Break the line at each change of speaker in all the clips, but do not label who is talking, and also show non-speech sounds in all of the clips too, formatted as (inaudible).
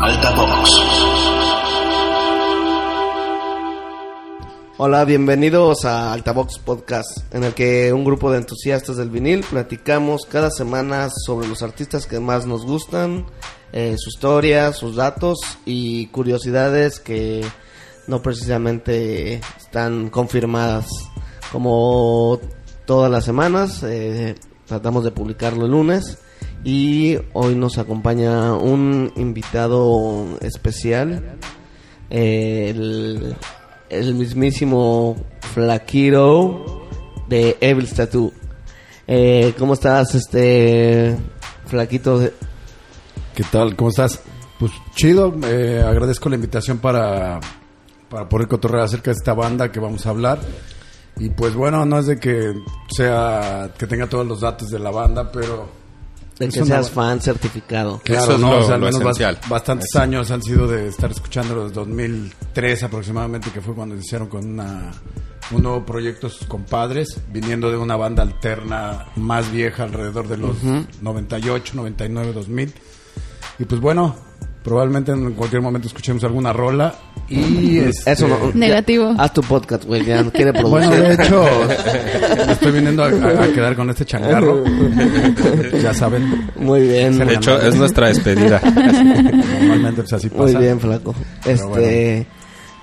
Alta Box.
Hola, bienvenidos a Altavox Podcast, en el que un grupo de entusiastas del vinil platicamos cada semana sobre los artistas que más nos gustan, eh, su historia, sus datos y curiosidades que no precisamente están confirmadas. Como todas las semanas, eh, tratamos de publicarlo el lunes y hoy nos acompaña un invitado especial, eh, el, el mismísimo Flaquiro de Evil Tattoo. Eh, ¿Cómo estás, este Flaquito? de-
¿Qué tal? ¿Cómo estás? Pues chido, eh, agradezco la invitación para, para poder cotorrear acerca de esta banda que vamos a hablar. Y pues bueno, no es de que sea que tenga todos los datos de la banda, pero
De
Es
que
una
seas
bu-
fan certificado.
claro,
Eso es
¿no?
lo-
O sea, al
lo
menos bas-
esencial.
bastantes años han sido de estar escuchando los 2003 aproximadamente, que fue cuando iniciaron con una, un nuevo proyecto sus compadres, viniendo de una banda alterna más vieja alrededor de los 98, 99, 2000. Y pues bueno, probablemente en cualquier momento escuchemos alguna rola y este,
Eso no-
Negativo.
ya, haz tu podcast, güey, ya no quiere
Bueno,
producir.
de
(laughs)
hecho, me estoy viniendo a, a- a quedar con este changarro. ya saben,
(laughs) Muy bien.
De hecho, es nuestra despedida.
(laughs)
normalmente pues así pasa.
Muy bien, flaco.
Pero
Este,
bueno.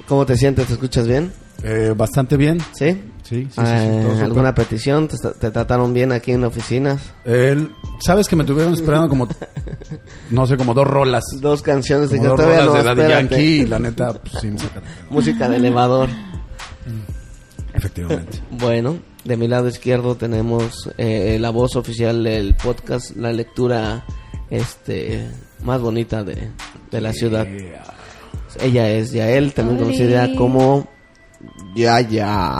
¿cómo te sientes? ¿Te escuchas bien?
Eh, bastante bien.
¿Sí?
Sí, sí, sí, sí,
Eh,
todo súper.
¿Alguna petición? ¿Te, tra- te trataron bien aquí en la oficina?
El- Sabes que me tuvieron esperando como, no sé, como dos rolas.
Dos canciones.
Como
dije,
dos
todavía
rolas de
no,
Daddy
espérate.
Yankee y la neta, pues sí, me sacaron.
Música
(laughs)
de elevador.
Efectivamente.
Bueno, de mi lado izquierdo tenemos eh, la voz oficial del podcast, la lectura este más bonita de, de la ciudad. Ella es Yael, también
Oli.
conocida como Yaya.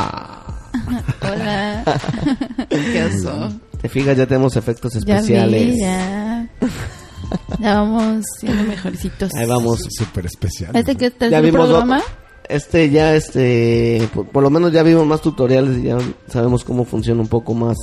Hola. (laughs) ¿Qué oso?
Te fijas, ya tenemos efectos
Ya
especiales.
vi, ya. Ya vamos siendo mejorcitos.
Ahí vamos.
Súper especial.
Este que está
Ya
el
vimos lo-
programa.
Este ya este por, por lo menos ya vimos más tutoriales y ya sabemos cómo funciona un poco más.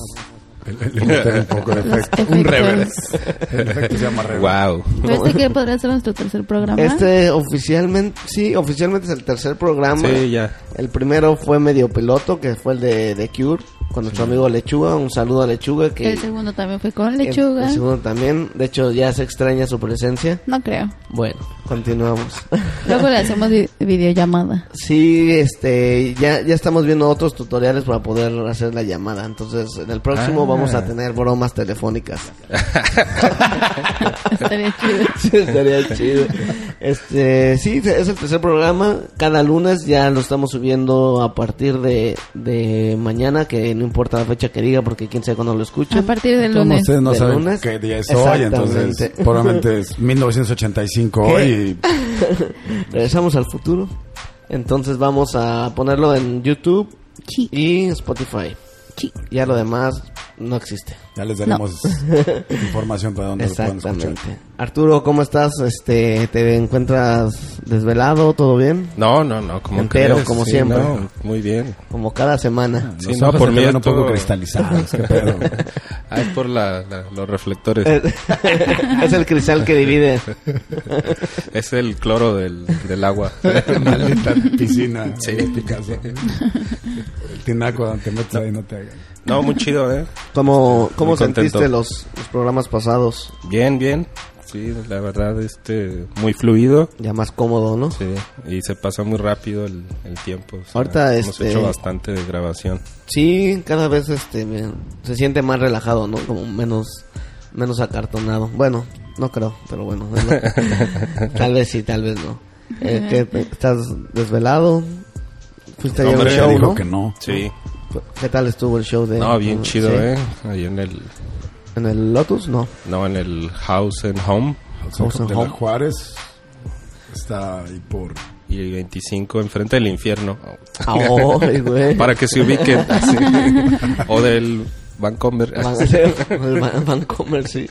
El- el- el meter un poco de efecto.
Los
Un
efectos.
reverb.
El efecto se llama reverb.
wow.
Pero este que podría ser nuestro tercer programa.
Este oficialmente sí, oficialmente es el tercer programa.
Sí, ya. (laughs)
El primero fue medio piloto, que fue el de, de Cure, con nuestro amigo Lechuga. Un saludo a Lechuga. Que
El segundo también fue con
el-
lechuga.
el segundo también. De hecho, ya se extraña su presencia.
No creo.
Bueno, continuamos. (laughs)
Luego le hacemos vi- videollamada.
sí, este, ya, ya estamos viendo otros tutoriales para poder hacer la llamada. Entonces, en el próximo
Ah.
vamos a tener bromas telefónicas.
(laughs) Estaría chido.
(laughs) Sí, estaría chido. Este, sí, es el tercer programa. Cada lunes ya lo estamos subiendo a partir de, de mañana, que no importa la fecha que diga, porque quién sabe cuándo lo
A
escuchen.
partir del
Como
lunes.
ustedes no
¿Del
saben
lunes?
qué día es hoy, entonces
Exactamente.
probablemente es 1985 hoy. y-
Regresamos al futuro. Entonces vamos a ponerlo en YouTube
Sí.
y Spotify.
Sí.
Ya lo demás no existe.
Ya les daremos información para dónde lo puedan escuchar.
Exactamente. Arturo, ¿cómo estás? Este, ¿te encuentras desvelado? ¿Todo bien?
No, no, no, como
Entero,
crees,
como
sí,
siempre.
no, muy bien.
Como cada semana.
Sí,
Los
no,
ojos
por
se
mí
te ven un
estuvo-
poco cristalizados. qué
(laughs)
pedo.
Ah, es por la- la- los reflectores.
Eh, (laughs) es el cristal que divide.
es el cloro del, del
(laughs)
agua.
(laughs) Maldita piscina.
Sí.
güey, Picasso. El tinaco donde te metes ahí no te hagan.
No, muy chido, ¿eh?
¿Cómo, cómo
Muy contento.
sentiste los, los programas pasados?
Bien, bien. Sí, la verdad, este, muy fluido.
Ya más cómodo, ¿no?
Sí, y se pasa muy rápido el, el tiempo. o sea,
Ahorita,
hemos
este-
hecho bastante de grabación.
Sí, cada vez este me- se siente más relajado, ¿no? Como menos menos acartonado. Bueno, no creo, pero bueno. (laughs) es lo- tal vez sí, tal vez no. Eh, ¿qué te- ¿Estás desvelado? ¿Fuiste ayer al
Hombre,
show,
dijo
no?
que no.
Sí.
¿Qué tal estuvo el show de...?
No, bien
eh,
chido,
sí?
¿eh? Ahí en el,
¿En el Lotus?
(laughs)
No.
no, en el House and Home
House and
de la
Home.
Juárez está ahí por
y 25 enfrente del infierno.
Ay, güey.
Para que se ubiquen. así. O del Vancomer.
Van, el Van- (laughs) Vancomer, sí.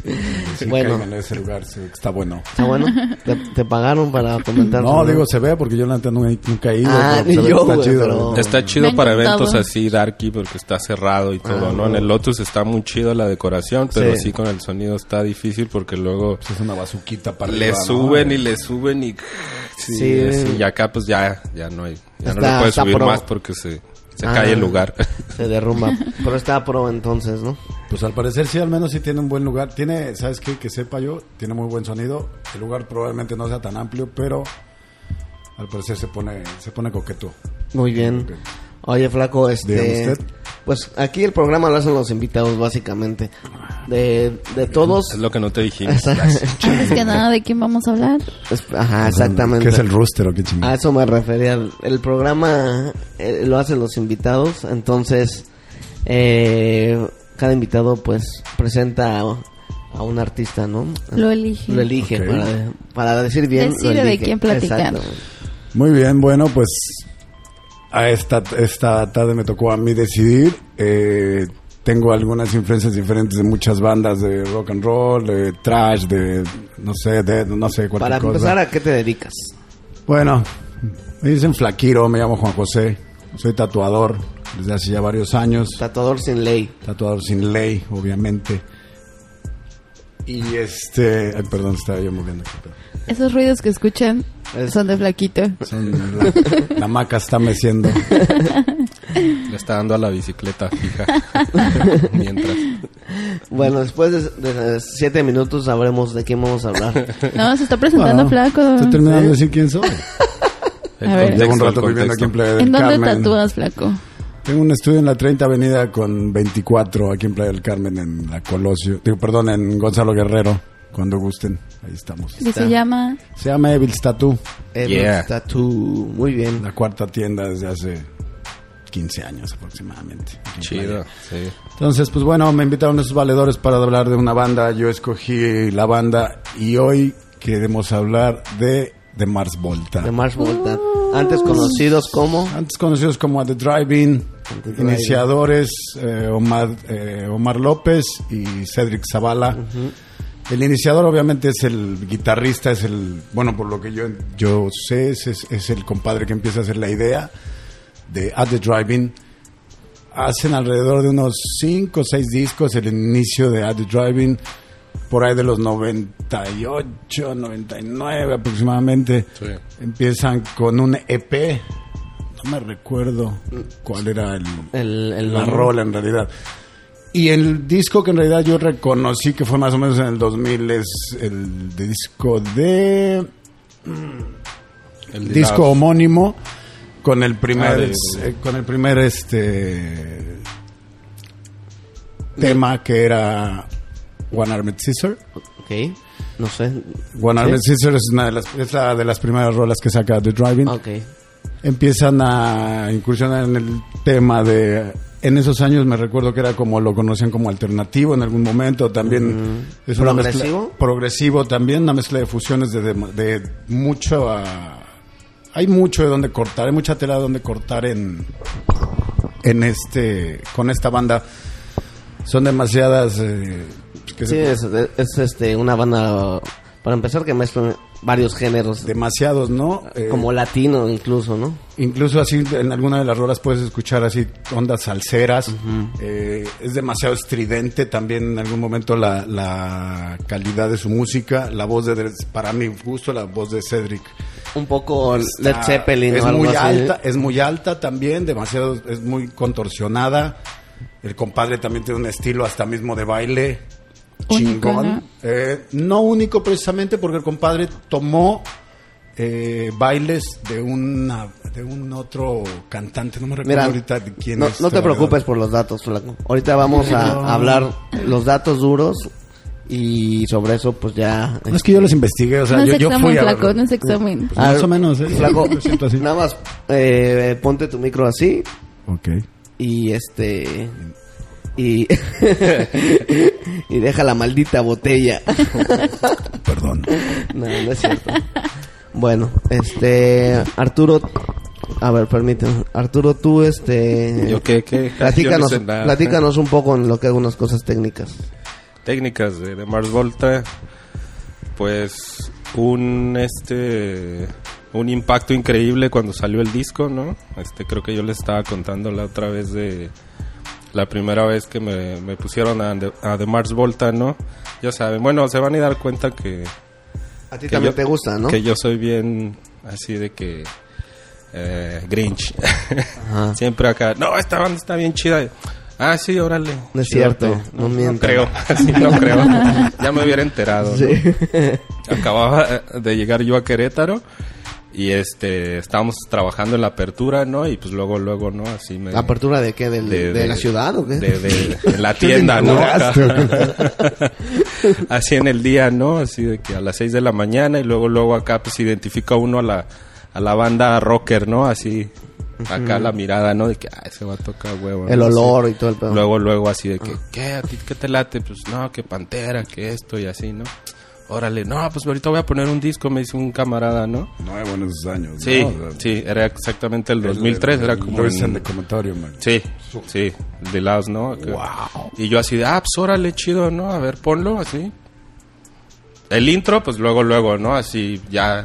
Sí,
bueno,
caigan en ese lugar, se ve que está bueno.
está bueno. Te, te pagaron para comentar.
No,
sobre-
digo, se ve porque yo la neta no he- nunca he ido.
Ah, (laughs)
pero
ni
se ve
yo,
que está
güey,
chido,
pero-
¿no?
Está
Me
chido
ha
para
encantado.
eventos así, darky, porque está cerrado y todo, ¿no? En el Lotus está muy chido la decoración, pero
Sí.
sí, con el sonido está difícil porque luego
Pues es una bazuquita para
le
arriba, ¿no?
suben y le suben y... Sí,
Sí.
así, y acá pues ya, ya no hay... Ya no
Está-
le puedes
está
subir
pro.
más porque se, se
Ah.
cae el lugar.
Se derrumba. Pero está a pro entonces, ¿no?
Pues al parecer sí, al menos sí tiene un buen lugar. Tiene, ¿sabes qué? Que sepa yo, tiene muy buen sonido. El lugar probablemente no sea tan amplio, pero al parecer se pone, se pone coqueto.
Muy bien. Oye, flaco, este...
Dígame usted.
Pues aquí el programa lo hacen los invitados, básicamente. De, de todos...
es lo que no te dijimos.
Antes que nada, ¿de quién vamos a hablar?
(laughs) Es- Ajá, exactamente.
¿Qué es el rooster o qué chingada?
A eso me refería. El, el programa eh, lo hacen los invitados, entonces eh, cada invitado pues presenta a, a un artista, ¿no?
Lo elige.
Lo elige
Ok.
para, para decir bien. lo
Decide de
elige.
quién platicar.
Exactamente.
Ah, Muy bien, bueno, pues a esta, esta tarde me tocó a mí decidir. Eh, tengo algunas influencias diferentes de muchas bandas de rock and roll, de trash, de no sé, de no sé, cualquier
Para
cosa.
empezar, ¿a qué te dedicas?
Bueno, me dicen Flaquiro, me llamo Juan José, soy tatuador desde hace ya varios años,
Tatuador sin ley.
tatuador sin ley, obviamente. Y este, ay, perdón, estaba yo moviendo. aquí, pero
Esos ruidos que escuchan
Es-
son de flaquito.
son- la, la maca está meciendo.
le está dando a la bicicleta fija. (laughs) Mientras...
Bueno, después de, de siete minutos sabremos de quién vamos a
(laughs)
hablar.
No, se está presentando
Bueno, Estoy
flaco.
terminando de decir quién soy.
El
A ver.
contexto,
Llevo un
el
rato viviendo aquí
contexto.
en Playa del
¿En dónde
Carmen.
tatúas flaco?
Tengo un estudio en la 30 Avenida con 24 aquí en Playa del Carmen, en la Colosio. Digo, perdón, en Gonzalo Guerrero, cuando gusten. Ahí estamos.
Y se llama...
Se llama Evil's Tattoo,
El
Yeah.
tatu- Eh, Muy bien.
la cuarta tienda desde hace 15 años aproximadamente. aquí en Playa.
Chido, sí.
Entonces, pues bueno, me invitaron esos valedores para hablar de una banda. Yo escogí la banda y hoy queremos hablar de, de Mars Volta.
De Mars Volta. Antes conocidos como...
Antes conocidos como The Driving,
Drive-In.
iniciadores eh, Omar, eh, Omar López y Cedric Zavala. El iniciador obviamente es el guitarrista, es el, bueno, por lo que yo, yo sé, es, es- es el compadre que empieza a hacer la idea de At The Driving. Hacen alrededor de unos 5 o 6 discos el inicio de At The Driving, por ahí de los 98, 99 aproximadamente.
Sí.
Empiezan con un E EP. No me recuerdo cuál era el,
El, el
la rola en realidad. Y el disco que en realidad yo reconocí que fue más o menos en el 2000 es el disco de
El
disco
Love.
homónimo con el primer
Ah, de- de-
eh, con el primer este tema que era One Armed Scissor.
Ok. No sé.
One
¿Sí?
Armed Scissor es una de las es la de las primeras rolas que saca The Driving.
Ok.
empiezan a incursionar en el tema de en esos años me recuerdo que era como lo conocían como alternativo en algún momento también es una mezcla-
¿Progresivo?
progresivo también una mezcla de fusiones de, de- de mucho a- hay mucho de donde cortar hay mucha tela de donde cortar en en este con esta banda son demasiadas eh, que
Sí,
se-
es, es, este, una banda, para empezar, que mezclan varios géneros,
demasiados no Eh,
como latino incluso, ¿no?
Incluso así en alguna de las rolas puedes escuchar así ondas salseras. Eh, es demasiado estridente también en algún momento la, la calidad de su música. La voz de, para mi gusto, la voz de Cedric.
Un poco
Pues está-
Led Zeppelin
Ah, es
o algo
muy
así.
alta, es muy alta también, demasiado, es muy contorsionada. El compadre también tiene un estilo hasta mismo de baile
Único,
chingón.
¿no?
Eh, no único precisamente porque el compadre tomó eh, bailes de una de un otro cantante, no me recuerdo
Mira,
ahorita de quién
no,
es.
no
la
te
verdad.
preocupes por los datos, flaco. Ahorita vamos a hablar los datos duros y sobre eso pues ya...
No es que yo los investigué, o sea,
no
yo,
es
yo fui
examen,
a
flaco, no es
Pues,
examen.
más o menos, ¿eh?
Flaco,
Lo siento así.
nada más eh, ponte tu micro así
Ok.
y este... Y, (laughs) y deja la maldita botella.
Perdón.
No, no es cierto. Bueno, este Arturo, A ver, permíteme. Arturo, tú, este...
¿Yo qué?
(laughs)
qué? Yo no
Platícanos,
sé nada.
platícanos un poco en lo que algunas cosas técnicas.
Técnicas de, de Mars Volta. Pues un este un impacto increíble cuando salió el disco, ¿no? Este creo que yo le estaba contando la otra vez de la primera vez que me, me pusieron a, The- a The Mars Volta, ¿no? Ya saben, bueno, se van a dar cuenta que
A ti
Que
también
yo-
te gusta, ¿no?
Que yo soy bien así de que eh, Grinch. (laughs) Siempre acá. No, esta banda está bien chida. Ah, sí, órale.
No es
Chidote.
cierto, no mientan.
creo, (laughs) sí, no creo. Ya me hubiera enterado. ¿no?
Sí.
(laughs) Acababa eh, de llegar yo a Querétaro y este estábamos trabajando en la apertura, ¿no? Y pues luego luego, ¿no? Así me
¿La apertura de qué? ¿Del-
de-
¿De,
de-
la ciudad o qué?
de, de- de
(laughs)
la tienda, ¿no? Acá. (laughs) Así en el día, ¿no? Así de que a las 6 de la mañana y luego luego acá pues identifica uno a la, a la banda rocker, ¿no? Así acá la mirada, ¿no? De que, ah, ese va a tocar huevo. ¿no?
El
Así.
olor y todo el pedo. Ah.
Luego luego así de que, ¿qué? ¿A ti qué te late? Pues no, que Pantera, que esto y así, ¿no? Órale, no, pues ahorita voy a poner un disco, me dice un camarada, ¿no?
Nuevo en esos años.
Sí,
¿no? O sea,
sí, era exactamente el 2003, era como
Luis
en-
Mm.
en el comentario, man.
Sí, sí, de lados, ¿no? Acá.
Wow.
Y yo así de, ah, pues órale, chido, ¿no? A ver, ponlo así. El intro, pues luego, luego, ¿no? Así ya,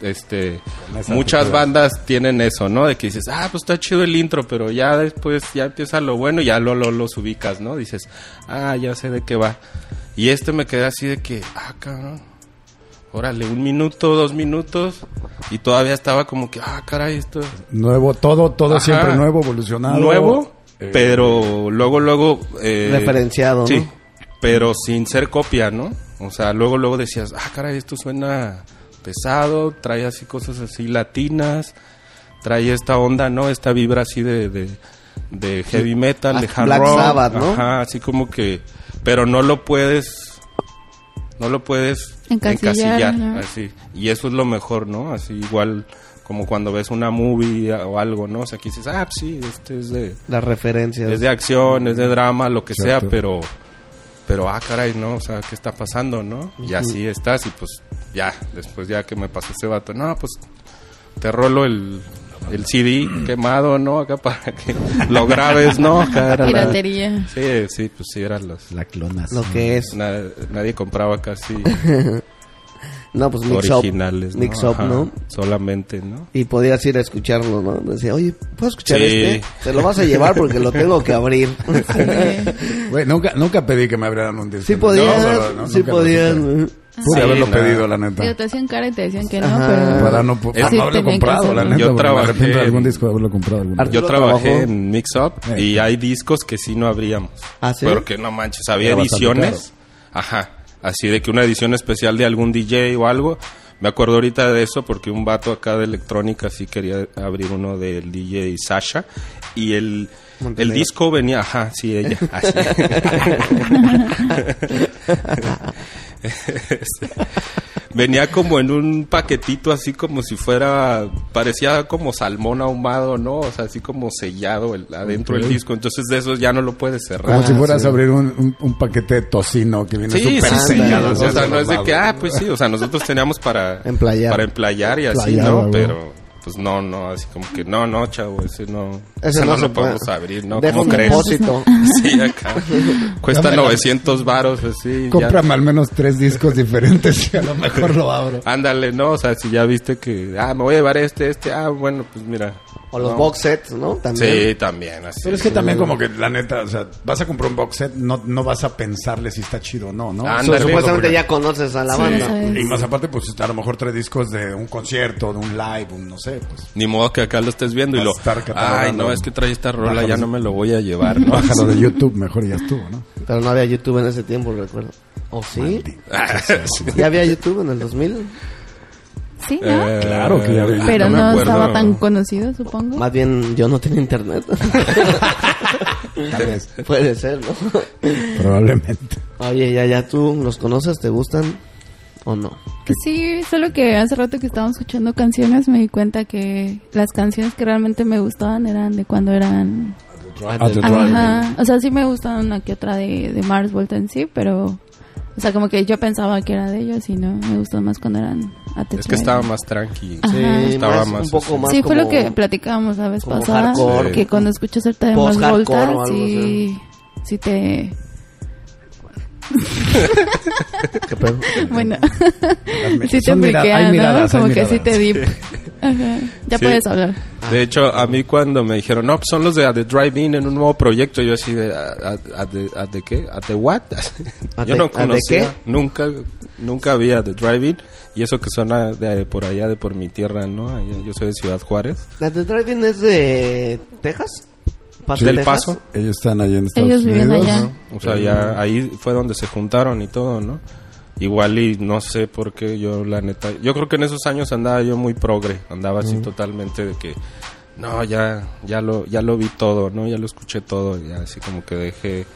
este,
Con esa
muchas
actitud.
bandas tienen eso, ¿no? De que dices, ah, pues está chido el intro, pero ya después, ya empieza lo bueno y ya lo, lo- los ubicas, ¿no? Dices, ah, ya sé de qué va. Y este me quedé así de que, ah, cabrón. Órale, un minuto, dos minutos. Y todavía estaba como que, ah, caray, esto...
Nuevo, todo, todo
Ajá.
siempre nuevo, evolucionado.
Nuevo,
Eh,
pero luego, luego... eh,
Referenciado,
Sí,
¿no?
pero sin ser copia, ¿no? O sea, luego, luego decías, ah, caray, esto suena pesado, trae así cosas así latinas, trae esta onda, ¿no? Esta vibra así de, de, de heavy metal, de hard
Black
rock.
Sabbath, ¿no?
Ajá, así como que... Pero no lo puedes... No lo puedes
Encasillar,
encasillar,
ajá.
así. Y eso es lo mejor, ¿no? Así igual como cuando ves una movie o algo, ¿no? O sea, que dices, ah, pues sí, este es de,
Las referencias.
es de acción, es de drama, lo que
Exacto.
sea, pero, pero, ah, caray, ¿no? O sea, ¿qué está pasando, no? Y así estás y pues ya, después ya que me pasó ese vato, no, pues te rolo el, el CD quemado, ¿no? Acá para que lo grabes, ¿no? Acá era Ah, la-
Piratería.
Sí, sí, pues sí, eran los...
La clonas.
Lo que es.
na- nadie compraba casi
No, pues Mix Up.
originales, ¿no?
Mix Up,
Ajá,
¿no?
Solamente, ¿no?
Y podías ir a escucharlo, ¿no? Decía, oye, ¿puedo escuchar
Sí.
este? Te lo vas a llevar porque lo tengo que abrir.
Güey, nunca, nunca pedí que me abrieran un disco.
sí
No,
podías,
no, no,
sí
nunca lo
podías.
supe.
Sí,
Pude haberlo
no.
pedido, la neta.
Digo, te hacían cara y te decían que no,
Ajá.
pero...
Para no, po-
Es-
para no
Sí,
haberlo
tenían que
comprado, la
hacerlo.
neta.
Yo
porque
trabajé
Me arrepiento de
en-
algún disco de haberlo comprado alguna vez.
Yo
Yo trabajé
trabajo.
en Mix Up
Eh.
y hay discos que sí no abríamos.
¿Ah, sí?
Porque no manches, había
Era bastante
ediciones. Ajá. Así de que una edición especial de algún DJ o algo. Me acuerdo ahorita de eso porque un vato acá de electrónica sí quería abrir uno del DJ Sasha. Y el, el
Montenegro.
disco venía, ajá, sí, ella. así. (laughs) Venía como en un paquetito así como si fuera, parecía como salmón ahumado, ¿no? O sea, así como sellado el- adentro del disco. Entonces de eso ya no lo puedes cerrar.
Como si fueras
sí.
a abrir un, un- un paquete de tocino que viene
Sí, sí,
súper
sí.
sellado.
O
así
sea, no es de
armado.
que, ah, pues sí, o sea, nosotros teníamos para
Emplayar.
para emplayar y así,
Emplayar,
¿no?
güey.
Pero pues no, no, así como que no, no, chavo, ese no,
Ese
ese
no
no,
se
lo
puede.
podemos abrir, ¿no?
Deja
¿Cómo
un
crees?
depósito.
(laughs) Sí,
(laughs)
acá. Cuesta 900 varos, así. ya-
Cómprame al menos tres discos diferentes y a lo mejor lo abro.
Ándale, ¿no? O sea, si ya viste que, ah, me voy a llevar este, este, ah, bueno, pues mira.
O los
No.
box sets, ¿no? También.
Sí, también, así.
Pero es que también como que, la neta, o sea, vas a comprar un box set, no, no vas a pensarle si está chido o no, ¿no?
Ah,
O sea,
ándale.
Supuestamente
porque-
ya conoces a la banda.
sabes.
Y más aparte, pues a lo mejor tres discos de un concierto, de un live, un, no sé, pues.
Ni modo que acá lo estés viendo y
Vas
lo.
a estar catalogando.
Ay, no, es que trae esta rola,
Bájalo.
ya no me lo voy a llevar, ¿no?
Bájalo de YouTube, mejor ya estuvo, (laughs) ¿no?
Pero no había YouTube en ese tiempo, recuerdo. ¿O sí? ¿Ya había YouTube en el 2000?
Sí, ¿no?
Eh,
(laughs) Claro que ya había.
pero
me
no,
acuerdo.
estaba tan conocido, supongo.
Más bien, yo no tenía internet. (laughs)
Tal vez,
Puede ser, ¿no?
probablemente.
Oye, ya, ya, ¿tú los conoces? ¿Te gustan o no?
Sí, solo que hace rato que estábamos escuchando canciones me di cuenta que las canciones que realmente me gustaban eran de cuando eran...
Ah, te-
Ajá. O sea, sí me gustaban una que otra de, de Mars Volta en sí, pero O sea, como que yo pensaba que era de ellos y no, me gustó más cuando eran ATC.
Es que estaba más tranqui.
Ajá.
Sí,
Estaba
más,
más
un poco
así.
más.
sí, fue lo
como-
que platicábamos la vez
como
pasada,
hardcore,
Sí.
que cuando escuchas cierta de más
post-hardcore
voltas,
o algo
sí,
(laughs)
sí te...
¿Qué pedo?
Bueno,
mi-
sí te
son mira- hay
friquea, ¿no?
miradas, hay
como que sí
miradas.
te dip.
(laughs)
Ajá. Ya
Sí.
puedes hablar.
De hecho, a mí cuando me dijeron, no, pues son los de At The Drive-In en un nuevo proyecto, yo así de, ¿At, at the, at the qué? ¿At the what? (laughs)
¿At
yo
the-
no
at the
conocía, nunca, nunca había The Drive-In, y eso que suena de por allá, de por mi tierra, ¿no? Allá- Yo soy de Ciudad Juárez.
¿La de Driving es de Texas? ¿Parte
¿Del
de
Paso?
Ellos están allá en Estados
Ellos viven
Unidos.
allá.
O sea, ya ahí fue donde se juntaron y todo, ¿no? Igual y no sé por qué yo la neta, yo creo que en esos años andaba yo muy progre, andaba así totalmente de que no, ya ya lo ya lo vi todo, ¿no? Ya lo escuché todo, ya así como que dejé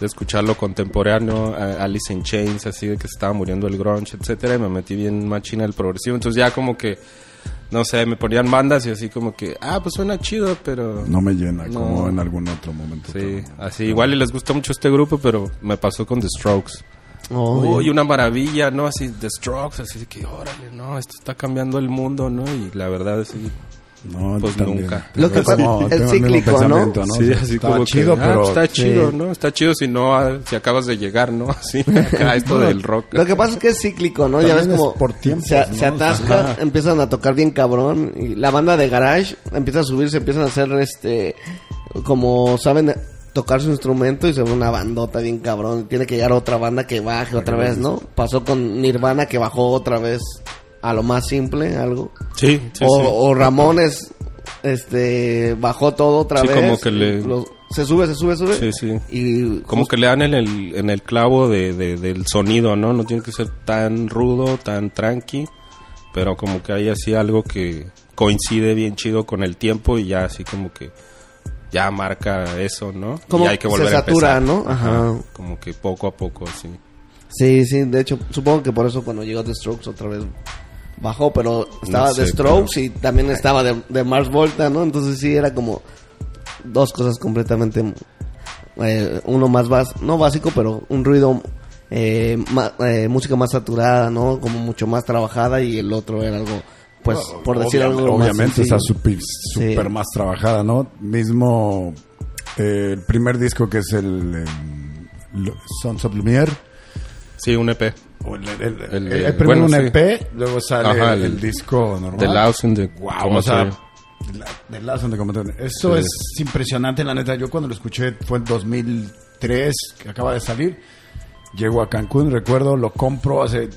de escuchar lo contemporáneo, a- Alice in Chains, así de que estaba muriendo el grunge, etcétera, y me metí bien machina el progresivo, entonces ya como que no sé, me ponían bandas y así como que, ah, pues suena chido, pero
No me llena,
No.
como en algún otro momento.
Sí, así igual y les gusta mucho este grupo, pero me pasó con The Strokes.
Oh.
Uy, una maravilla, ¿no? Así The Strokes, así de que órale, no, esto está cambiando el mundo, ¿no? Y la verdad es
No,
Pues
yo también.
nunca.
Lo que
Tengo el
pasa-
mismo-
es
tengo el mismo
cíclico, ¿no?
pensamiento,
Sí, así
está
como que,
chido,
ah,
pero
está
sí.
chido, ¿no? Está chido si no ah, si acabas de llegar, ¿no? (laughs) Así acá esto del rock.
Lo que pasa es que es cíclico, ¿no? ya
También
ves
es
como
por tiempos,
se,
¿no?
se atasca, empiezan a tocar bien cabrón y la banda de garage empieza a subirse, empiezan a hacer este como saben tocar su instrumento y se ve una bandota bien cabrón, y tiene que llegar otra banda que baje otra vez, ¿no? Pasó con Nirvana que bajó otra vez a lo más simple, algo.
Sí, sí,
o,
sí.
o Ramones este bajó todo otra
Sí,
vez.
como que le-
Lo- se sube, se sube, sube.
Sí, sí.
Y
Como que le dan en el, en el clavo de, de- del sonido, ¿no? No tiene que ser tan rudo, tan tranqui, pero como que hay así algo que coincide bien chido con el tiempo y ya así como que ya marca eso, ¿no?
Como
y hay que
se
volver
satura,
a empezar.
¿no? Ajá.
Como que poco a poco, así.
Sí, sí, de hecho, supongo que por eso cuando llegó The Strokes otra vez bajó, pero estaba
No sé,
The Strokes
pero-
y también estaba de, de Mars Volta, ¿no? Entonces sí, era como dos cosas completamente, eh, uno más básico, no básico, pero un ruido, eh, ma- eh, música más saturada, ¿no? Como mucho más trabajada y el otro era algo, pues, por decir
Obviamente-
algo más
Obviamente
sencillo.
está súper súper más trabajada, ¿no? Mismo eh, el primer disco que es el, em, Lo- Sons of Lumiere.
Sí, un E EP.
o El, el,
El-
el- el primero
bueno,
un
sí.
EP, luego sale
Ajá,
el,
el-
el disco normal.
The Louse and the-
Wow,
¿cómo
o sea,
se
de la- de Louse and the Combatants. Esto
Sí.
es impresionante, la neta. Yo cuando lo escuché fue en 2003, que acaba de salir. Llego a Cancún, recuerdo, lo compro, hace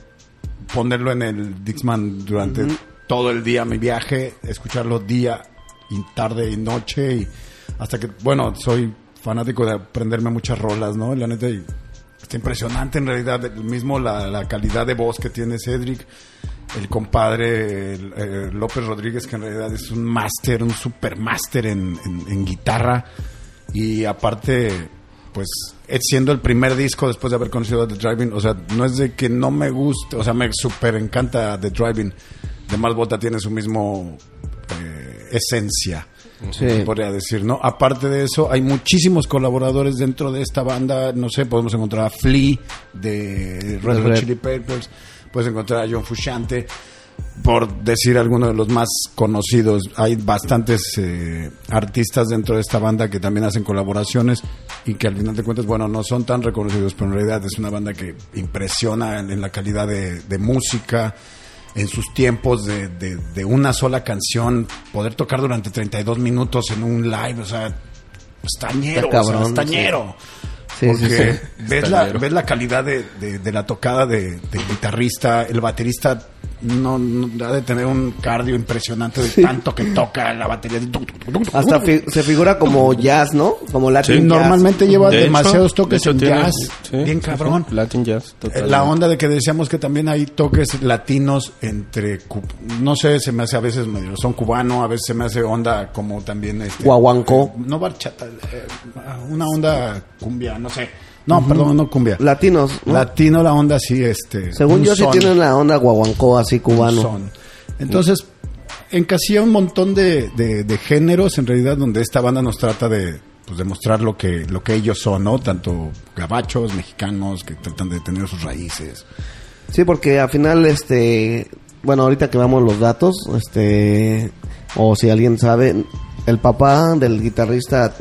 ponerlo en el Dixman durante todo el día, mi viaje, escucharlo día y tarde y noche. Y hasta que, bueno, soy fanático de aprenderme muchas rolas, ¿no? La neta, y está impresionante en realidad, el mismo la, la calidad de voz que tiene Cedric el compadre el, eh, López Rodríguez, que en realidad es un máster, un super máster en, en- en guitarra. Y aparte, pues, es siendo el primer disco después de haber conocido a The Driving, o sea, no es de que no me guste, o sea, me super encanta The Driving. De más Bota tiene su mismo eh, esencia se podría decir, ¿no? Aparte de eso, hay muchísimos colaboradores dentro de esta banda, no sé, podemos encontrar a Flea de Red Hot Chili Peppers, puedes encontrar a John Fushante, por decir alguno de los más conocidos. Hay bastantes eh, artistas dentro de esta banda que también hacen colaboraciones y que al final de cuentas, bueno, no son tan reconocidos, pero en realidad es una banda que impresiona en, en la calidad de, de música, en sus tiempos de, de- de una sola canción, poder tocar durante 32 minutos en un live, o sea, estañero,
Está cabrón,
estañero.
Sí, sí,
Porque
sí.
Ves, la,
Estañero.
ves la calidad de, de- de la tocada de, del guitarrista, el baterista no, no- ha de tener un cardio impresionante de tanto que toca la batería.
Hasta fi- se figura como jazz, ¿no? Como latin
Sí.
jazz.
Normalmente lleva
De hecho,
demasiados
de
toques
hecho
en
tiene-
jazz,
sí,
bien
sí,
cabrón.
sí, Latin jazz, totalmente.
La onda de que decíamos que también hay toques latinos entre, cu- no sé, se me hace a veces medio son cubano, a veces se me hace onda como también este
Guaguancó.
eh, no barchata, eh, una onda cumbia, no sé. No, perdón, no cumbia.
Latinos, ¿no?
Latino la onda sí este.
Según
un
yo, sí
son,
tienen la onda guaguancó así
un
cubano.
son. Entonces, encasilla un montón de, de- de géneros en realidad donde esta banda nos trata de pues demostrar lo que lo que ellos son, ¿no? Tanto gabachos, mexicanos que tratan de tener sus raíces.
Sí, porque al final, este, bueno, ahorita que vamos los datos, este, o si alguien sabe, el papá del guitarrista,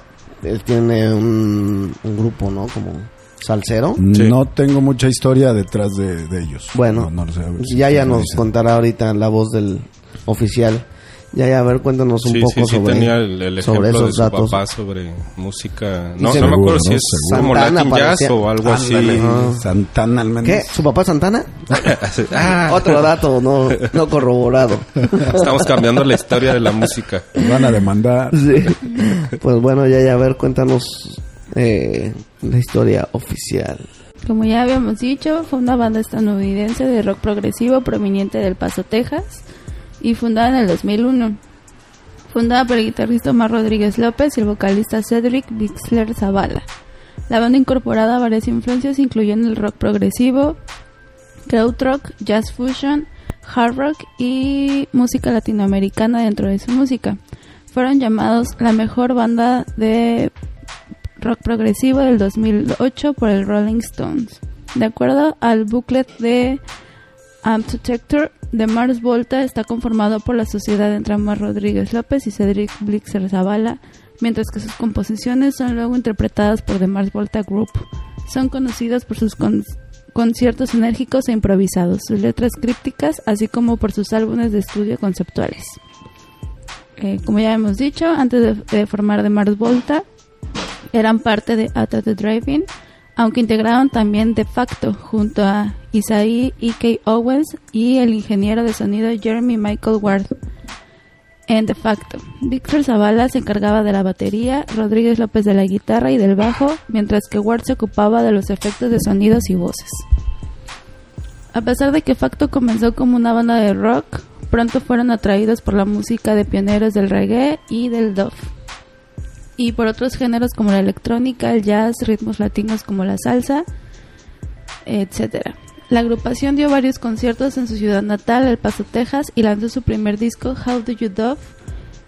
él tiene un, un grupo, ¿no? Como salsero.
Sí.
No tengo mucha historia detrás de, de ellos.
Bueno,
No, no lo sé, a ver si
ya ya
ustedes me
nos
dicen.
contará ahorita la voz del oficial. Ya ya, a ver, cuéntanos un
sí,
poco
sí, sí,
sobre,
tenía el, el ejemplo
sobre
de
esos
su
datos.
papá sobre música. No,
se-
no me
Seguro,
acuerdo
¿no?
si es
Seguro.
como
Santana
Latin Jazz
parecía.
o algo así.
Ándale,
Ah.
Santana al menos.
¿Qué? ¿Su papá Santana?
(laughs) Ah,
Otro dato no, no corroborado.
estamos cambiando la historia de la música.
Me Van a demandar.
(laughs) Sí. Pues bueno, ya ya, a ver, cuéntanos eh, la historia oficial.
Como ya habíamos dicho, fue una banda estadounidense de rock progresivo proveniente del Paso, Texas, y fundada en el 2001. Fundada por el guitarrista Omar Rodríguez López y el vocalista Cedric Dixler Zavala. La banda incorporada varias influencias incluyendo el rock progresivo, krautrock, jazz fusion, hard rock y música latinoamericana dentro de su música. Fueron llamados la mejor banda de rock progresivo del 2008 por el Rolling Stones. De acuerdo al booklet de Amtotector, de Mars Volta está conformado por la sociedad entre Omar Rodríguez López y Cedric Blixer Zavala, mientras que sus composiciones son luego interpretadas por The Mars Volta Group. Son conocidas por sus con- conciertos enérgicos e improvisados, sus letras crípticas, así como por sus álbumes de estudio conceptuales. Eh, como ya hemos dicho, antes de- de formar The Mars Volta, eran parte de Out of the Driving, aunque integraron también de facto junto a Isaí E.K. Owens y el ingeniero de sonido Jeremy Michael Ward. En de facto, Víctor Zavala se encargaba de la batería, Rodríguez López de la guitarra y del bajo, mientras que Ward se ocupaba de los efectos de sonidos y voces. A pesar de que Facto comenzó como una banda de rock, pronto fueron atraídos por la música de pioneros del reggae y del dub y por otros géneros como la electrónica, el jazz, ritmos latinos como la salsa, etcétera. La agrupación dio varios conciertos en su ciudad natal, El Paso, Texas, y lanzó su primer disco, How Do You Dove,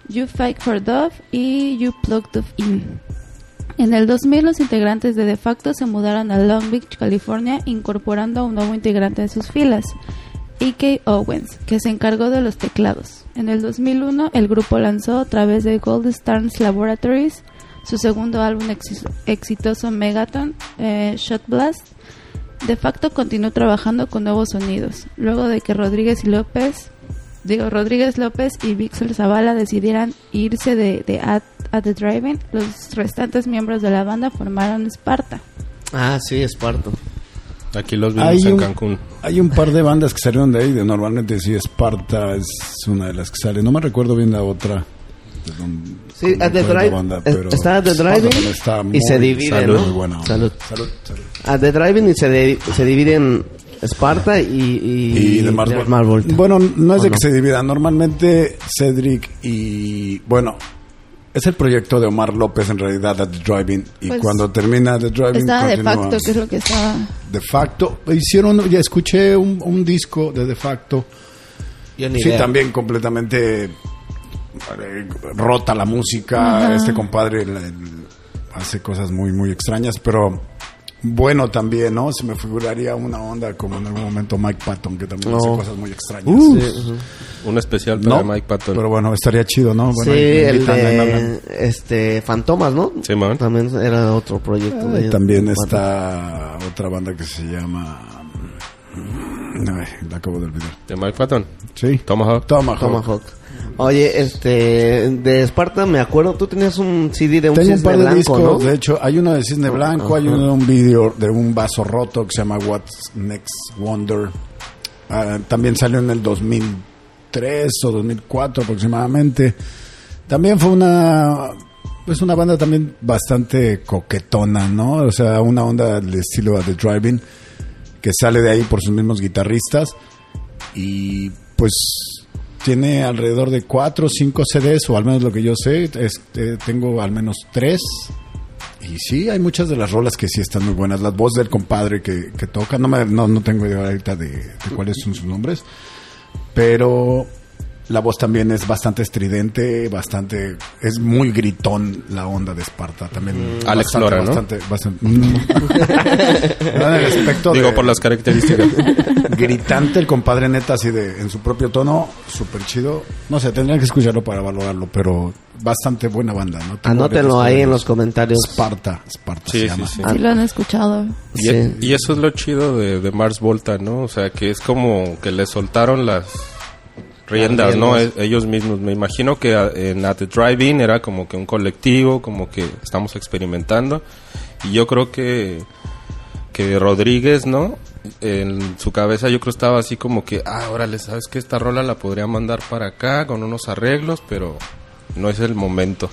You Fight for Dove y You Plug Dove In. En el 2000 los integrantes de De facto se mudaron a Long Beach, California, incorporando a un nuevo integrante de sus filas, E.K. E Owens, que se encargó de los teclados. En el 2001 el grupo lanzó a través de Gold Stars Laboratories su segundo álbum exi- exitoso Megaton, eh, Shot Blast. De facto continuó trabajando con nuevos sonidos, luego de que Rodríguez y López, digo Rodríguez López y Vixel Zavala decidieran irse de, de At, At the Driving, los restantes miembros de la banda formaron Sparta.
Ah, sí, Esparto.
Aquí los vimos
Hay
en
un,
Cancún.
hay un par de bandas que salieron de ahí. De, normalmente sí, Esparta es una de las que sale. No me recuerdo bien la otra. de dónde-
Sí,
cómo
At the
fue la
Drive.
banda,
es-
pero
está At the
Esparta
Driving
también está
y se
muy-
divide,
salud,
¿no?
muy buena onda.
Salud.
Salud, salud.
A The Driving y se, de- se divide en Esparta y, y,
y de Mars
de
Volta.
Mars Volta.
Bueno, no es
¿O
de
no?
que se divida. Normalmente Cedric y bueno, es el proyecto de Omar López en realidad At The Driving y
Pues,
cuando termina The Driving
Estaba de
continúa.
facto, que es lo que estaba...
De facto hicieron ya escuché un, un disco de De facto.
Yo ni
sí,
idea.
también completamente eh, rota la música. Este compadre la- el- hace cosas muy, muy extrañas, pero bueno también, ¿no? Se me figuraría una onda como en algún momento Mike Patton, que también
No.
hace cosas muy extrañas.
Sí,
Sí.
ujú.
Un especial para
No,
Mike Patton.
pero bueno, estaría chido, ¿no? Bueno,
sí,
ahí me
el
invitan, ahí me hablan.
de este, Fantomas, ¿no?
Simón.
También era otro proyecto.
Ah,
de-
y también
de Esparta.
está otra banda que se llama... mm, Ay, la acabo de olvidar.
De Mike Patton.
Sí.
Tomahawk.
Tomahawk.
Tomahawk. Oye, este, de Esparta me acuerdo, tú tenías un CD de un
Tengo un
cisne
par de
blanco,
discos.
¿no?
De hecho, hay uno de Cisne Blanco, hay
Ajá.
uno de un vídeo de un vaso roto que se llama What's Next Wonder. Ah, también salió en el 2003 o 2004 aproximadamente. También fue una es una banda también bastante coquetona, ¿no? O sea, una onda del estilo de The Driving que sale de ahí por sus mismos guitarristas y pues tiene alrededor de cuatro o cinco CDs o al menos lo que yo sé este, tengo al menos tres y sí hay muchas de las rolas que sí están muy buenas las voz del compadre que, que toca no, me- no no tengo idea ahorita de, de cuáles son sus nombres pero La voz también es bastante estridente, bastante. Es muy gritón la onda de Esparta también.
Alex
bastante,
Lora, ¿no?
Bastante, bastante. (laughs) ¿Verdad?
(laughs)
En el aspecto
Digo,
de-
por las características.
(laughs) gritante el compadre neta así de en su propio tono, súper chido. No sé, tendrían que escucharlo para valorarlo, pero bastante buena banda, ¿no? Tengo
Anótenlo ahí
varios
en
problemas.
los comentarios.
Esparta, Esparta
Sí,
se
sí,
llama.
sí.
Sí lo han escuchado.
Y,
Sí.
y eso es lo chido de, de Mars Volta, ¿no? O sea, que es como que le soltaron las riendas,
Las riendas.
¿no? E- ellos mismos. Me imagino que a- en At the Drive-In era como que un colectivo, como que estamos experimentando. Y yo creo que, que Rodríguez, ¿no? En su cabeza yo creo estaba así como que, ah, órale, ¿sabes que Esta rola la podría mandar para acá con unos arreglos, pero no es el momento.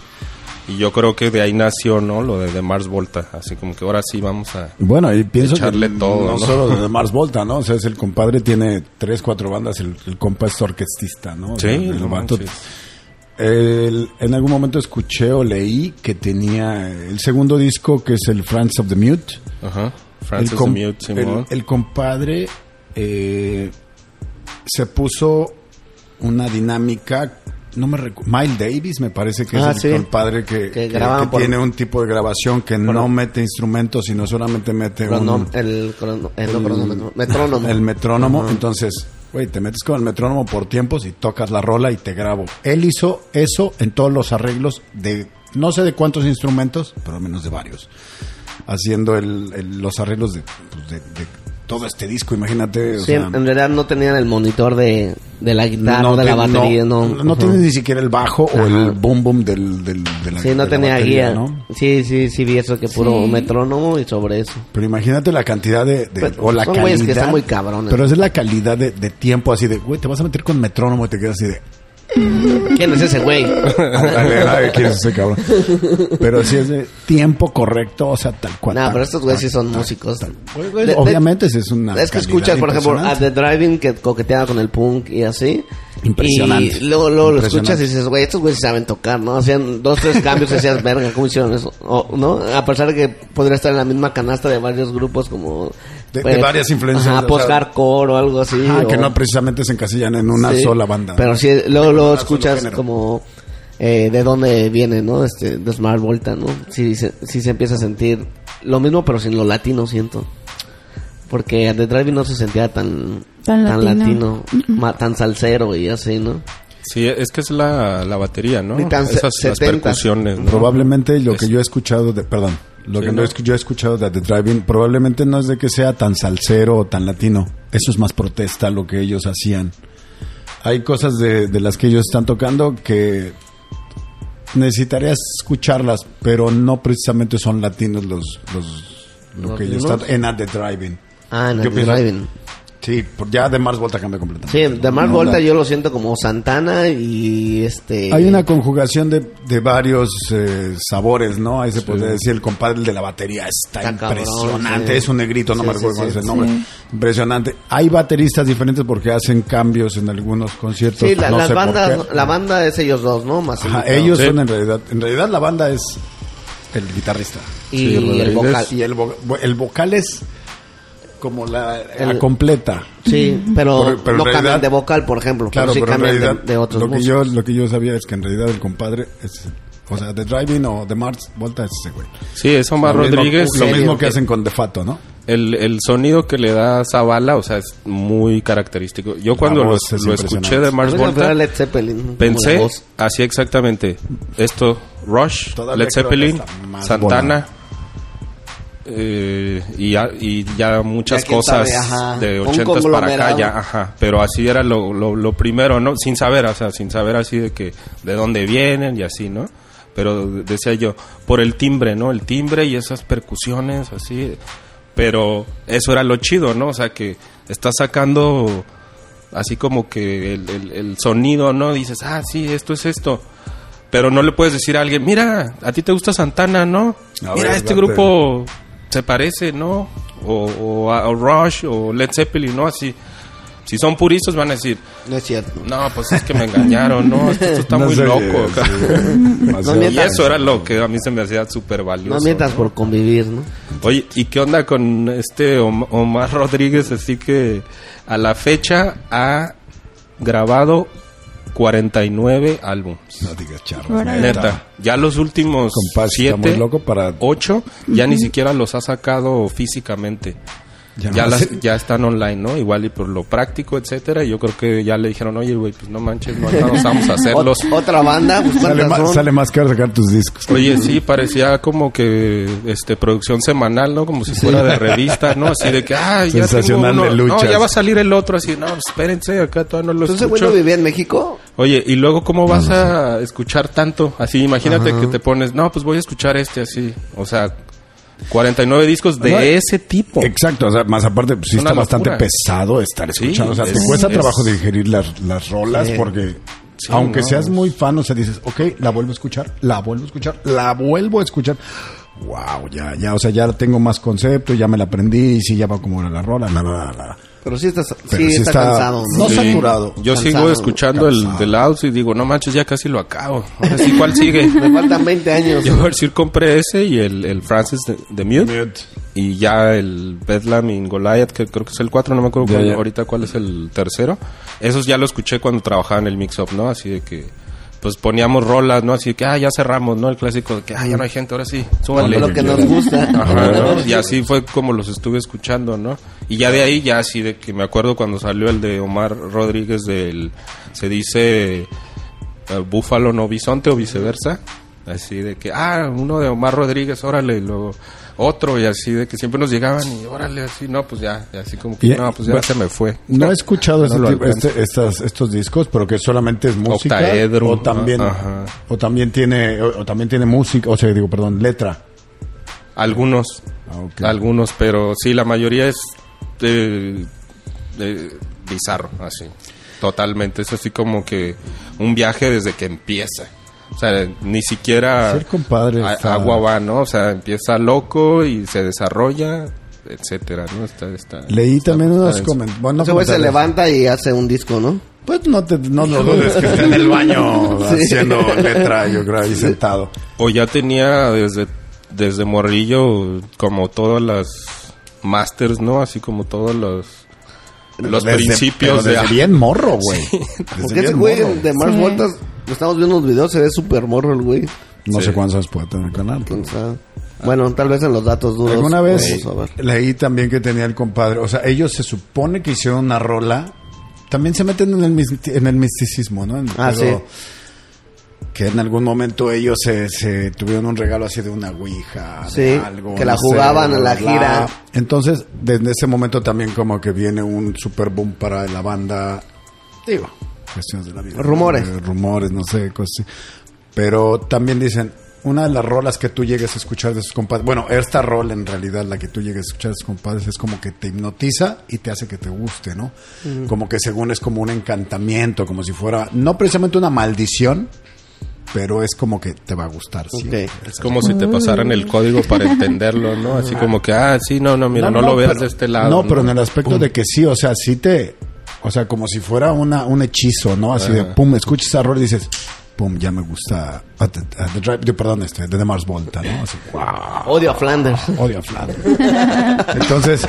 Y yo creo que de ahí nació, ¿no? Lo de, de Mars Volta. Así como que ahora sí vamos a...
Bueno, y pienso
Echarle
que
todo,
no,
¿no? (laughs)
solo de Mars Volta, ¿no? O sea, es el compadre tiene tres, cuatro bandas, el, el compa es orquestista, ¿no? O
Sí,
sea, el
no
vato-
manches.
el- en algún momento escuché o leí que tenía el segundo disco, que es el France of the Mute.
Ajá. Francis
com-
the Mute, Simón.
el- el compadre eh, se puso una dinámica, no me recu- Miles Davis me parece que
Ah,
es
sí.
el compadre que, que-
graban
que
por-
tiene un tipo de grabación que no mete instrumentos, sino solamente mete
Crono-
un,
el, crono- el, no cronómetro, metrónomo.
(laughs) el metrónomo. Entonces, güey, te metes con el metrónomo por tiempos y tocas la rola y te grabo. Él hizo eso en todos los arreglos de no sé de cuántos instrumentos, pero al menos de varios. Haciendo el- el- los arreglos de, pues, de- de todo este disco, imagínate. o
Sí,
sea,
en realidad no tenían el monitor de, de la guitarra, de la
te-
batería, no.
no, no
Ajá.
tienes ni siquiera el bajo o el
Ajá.
boom boom del, del- de la
Sí, no
de la
tenía
batería,
guía.
¿no?
Sí, sí, sí, vi eso que puro
Sí.
metrónomo y sobre eso.
Pero imagínate la cantidad de... de-
Pero
o la
Pues, son
calidad.
güeyes que están muy cabrones.
Pero es la calidad de, de tiempo así de, güey, te vas a meter con metrónomo y te quedas así de... "Ah,
¿Quién es ese
(laughs)
güey?
Ándale, nadie quiere ese cabrón. Pero si es de tiempo correcto, o sea, tal cual.
No,
tal-
pero estos güeyes sí
tal-
son
tal-
músicos.
Güey, güey,
De- de-
Obviamente ese es una.
Es que
calidad
escuchas, por ejemplo, a
impresionante.
The Driving que coqueteaba con el punk y así.
Impresionante.
Y luego, luego lo
Impresionante.
escuchas y dices, güey, estos güeyes saben tocar, ¿no? Hacían dos, tres cambios y decías, verga, ¿cómo hicieron eso? O, ¿No? A pesar de que podría estar en la misma canasta de varios grupos como... pues,
De- de varias influencias, o
Ajá,
sea.
post-hardcore o algo así.
Ajá, Ah, que
o-
no precisamente se encasillan en una
Sí,
sola banda.
Pero sí, luego, luego
solo
escuchas
género.
como eh, de dónde viene, ¿no? Este, de Smart Volta, ¿no? Sí, se, sí se empieza a sentir lo mismo, pero sin lo latino, siento. Porque The Driving no se sentía tan,
Tan
tan, latino,
latino.
ma- tan salsero y así, ¿no?
Sí, es que es la, la batería, ¿no?
Ni tan se-
Esas las
70.
percusiones, ¿no?
probablemente lo que
Es-
yo he escuchado de. Perdón. Lo
Sí,
que
¿no?
no he escu- yo he escuchado de The Driving probablemente no es de que sea tan salsero o tan latino. Eso es más protesta lo que ellos hacían. Hay cosas de, de las que ellos están tocando que necesitarías escucharlas, pero no precisamente son latinos los, los lo que ellos están
¿Latinos?
en At The Driving.
Ah, en
Yo
The
pienso-
Driving.
Sí, por- ya de Mars Volta cambia completamente.
Sí, The
¿no?
Smart
No,
Volta
la-
yo lo siento como Santana y este...
Hay una conjugación de, de varios eh, sabores, ¿no? Ahí se puede decir, el compadre de la batería está,
Está cabrón,
impresionante,
sí.
es un negrito, no
Sí,
me
sí,
acuerdo cuál es
sí.
el nombre.
Sí.
Impresionante. Hay bateristas diferentes porque hacen cambios en algunos conciertos.
Sí, la,
no
las
sé por
bandas,
qué.
la banda es ellos dos, ¿no? Más el
Ajá,
guitarra.
ellos
Sí.
son en realidad, en realidad la banda es el guitarrista.
y
Sí,
el
Rodríguez.
vocal.
Y el, vo- el vocal es como la, la
El-
completa.
Sí, pero,
Pero- pero en
no
realidad-
cambian de vocal, por ejemplo.
Claro,
sí
pero en
cambian de-
realidad
de, otros
lo que
músicos.
yo lo que yo sabía es que en realidad el compadre es o sea, de Driving o de Mars Volta es ese güey.
Sí, es Omar
Lo mismo-
Rodríguez.
lo
Sí,
mismo
el-
que hacen con Defato, ¿no?
El, el sonido que le da Zavala, o sea, es muy característico. Yo cuando lo,
voz es
lo
impresionante.
escuché de Mars
A mí se me fue
Volta,
Led Zeppelin, como la
pensé
voz.
así exactamente. Esto, Rush,
Todavía
Led
creo que
Zeppelin,
está más
Santana. eh, y, ya, y ya muchas
Ya quién
cosas
sabe, ajá.
de
Un
80 para acá
conglomerado.
ya, ajá, pero así era lo, lo, lo primero, ¿no? Sin saber, o sea, sin saber así de que de dónde vienen y así, ¿no? Pero decía yo, por el timbre, ¿no? El timbre y esas percusiones así, pero eso era lo chido, ¿no? O sea, que está sacando así como que el, el, el sonido, ¿no? Dices, ah, sí, esto es esto. Pero no le puedes decir a alguien, mira, a ti te gusta Santana, ¿no?
A
mira,
ver,
este
date.
grupo se parece, ¿no? O, o a- o Rush o Led Zeppelin, ¿no? Así. Si son puristas van a decir,
No es cierto.
no, pues es que me engañaron, ¿no? Esto, esto está
(laughs) No
muy
sé,
loco.
sí,
No
(laughs)
(laughs)
demasiado.
y
mientas.
eso era lo que a mí se me hacía súper valioso.
No mientas por convivir, ¿no?
Oye, ¿y qué onda con este Om- Omar Rodríguez? Así que a la fecha ha grabado 49 álbums.
No digas charlas.
Órale.
Neta, ya los últimos
Compás, está
siete,
muy loco para-
ocho, ya ni siquiera los ha sacado físicamente. Ya,
no
las-
sé.
ya están online, ¿no? Igual y por lo práctico, etcétera. y Yo creo que ya le dijeron, oye, güey, pues no manches, no
(laughs)
alcanzamos a hacerlos.
Ot- otra banda, pues
Sale,
cuántas
más,
son?
sale más caro sacar tus discos.
Oye, sí, parecía como que este producción semanal, ¿no? Como si fuera de revista, ¿no? Así de que, ah, ya tengo
Sensacional
uno.
de
No,
luchas.
ya va a salir el otro, así, no, espérense, acá todavía no lo
Entonces,
escucho.
bueno, vivía en México.
Oye, y luego cómo vas a escuchar tanto? Así, imagínate que te pones, no, pues voy a escuchar este así, o sea, 49 discos de
No,
ese tipo.
Exacto, o sea, más aparte, pues, sí
Una
está bastante
locura.
pesado estar
Sí,
escuchando. o sea,
es-
te cuesta
es-
trabajo digerir las, las rolas
Sí.
porque,
Sí,
aunque
no,
seas
es-
muy fan, o sea, dices, ok, la vuelvo a escuchar, la vuelvo a escuchar, la vuelvo a escuchar. Wow, ya, ya, o sea, ya tengo más concepto, ya me la aprendí, y sí, ya va como era la rola, la, la, la.
Pero sí está, sí
Pero sí
está,
está-
cansado.
no
Sí.
saturado.
Yo sigo
cansado.
escuchando el
Cansado.
del House y digo, no manches, ya casi lo acabo. Ahora sí, ¿cuál
(laughs)
sigue?
Me faltan 20 años.
Yo por decir compré ese y el, el Francis de, de Mute. Y ya el Bedlam y Goliath, que creo que es el 4, no me acuerdo
Ya,
cuál-
ya.
ahorita cuál es el tercero. Esos ya lo escuché cuando trabajaba en el mix-up, ¿no? Así de que, pues poníamos rolas, ¿no? Así de que, ah, ya cerramos, ¿no? El clásico de que, ah, ya no hay gente, ahora sí, súbanle.
lo que nos gusta.
Ajá, ¿no? Y así fue como los estuve escuchando, ¿no? Y ya de ahí, ya así de que me acuerdo cuando salió el de Omar Rodríguez del, se dice, eh, búfalo no bisonte o viceversa. Así de que, ah, uno de Omar Rodríguez, órale, y luego otro, y así de que siempre nos llegaban y órale, así, no, pues ya, y así como que,
Y-
no, pues ya
bueno,
se me fue.
No he escuchado ese
lo
tipo-
alcanzo.
este- estas- estos discos, pero que solamente es música
Octaedro,
o también
ajá.
o también tiene o, o también tiene música, o sea, digo, perdón, letra.
Algunos,
Ah, ok.
algunos, pero sí, la mayoría es eh, eh, bizarro, así, totalmente. Es así como que un viaje desde que empieza. O sea, ni siquiera
Ser compadre
a-
está-
Ah. agua va, ¿no? O sea, empieza loco y se desarrolla, etcétera, ¿no? Está, está,
Leí
está-
también
está
unos
denso.
comentarios. Bueno, no
Ese güey se
comentarios.
levanta y hace un disco, ¿no?
Pues no, te, no lo dudes que esté en el (laughs) baño haciendo letra, yo creo, ahí sentado.
O ya tenía desde, desde morrillo como todas las masters, ¿no? Así como todos los, los
Desde-
principios
pero
de...
desde bien morro, güey. Desde
Porque ese
bien
güey
Pues morro.
de Mars
Sí.
Voltas, lo estamos viendo los videos, se ve súper morro el güey.
No
Sí.
sé cuántos años puede tener el canal. pero-
Cansado. Bueno, tal vez en los datos duros.
Alguna vez
vamos pues, a ver.
leí también que tenía el compadre. O sea, ellos se supone que hicieron una rola. También se meten en el, misti- en el misticismo, ¿no? En-
Ah,
pero Que en algún momento ellos se, se tuvieron un regalo así de una ouija. de
Sí,
algo,
que la jugaban a la
bla, bla.
gira.
Entonces, desde ese momento también como que viene un super boom para la banda. Digo, cuestiones de la vida.
Rumores.
Eh, rumores, no sé, cosas así. Pero también dicen, una de las rolas que tú llegues a escuchar de sus compadres, bueno, esta rola en realidad, la que tú llegues a escuchar de sus compadres, es como que te hipnotiza y te hace que te guste, ¿no? Como que según es como un encantamiento, como si fuera, no precisamente una maldición, pero es como que te va a gustar, sí.
Ok.
Es como si te pasaran el código para entenderlo, ¿no? Así como que, ah, sí, no, no, mira, no, lo veas
pero-
de este lado.
No, pero en el aspecto de que sí, o sea, sí te. O sea, como si fuera una, un hechizo, ¿no? Así de pum, escuchas esa rola y dices, pum, ya me gusta. a The, a the Drive- de- perdón, este, de The Mars Volta, ¿no? Así, wow,
Odio a Flanders.
odio a Flanders. Entonces,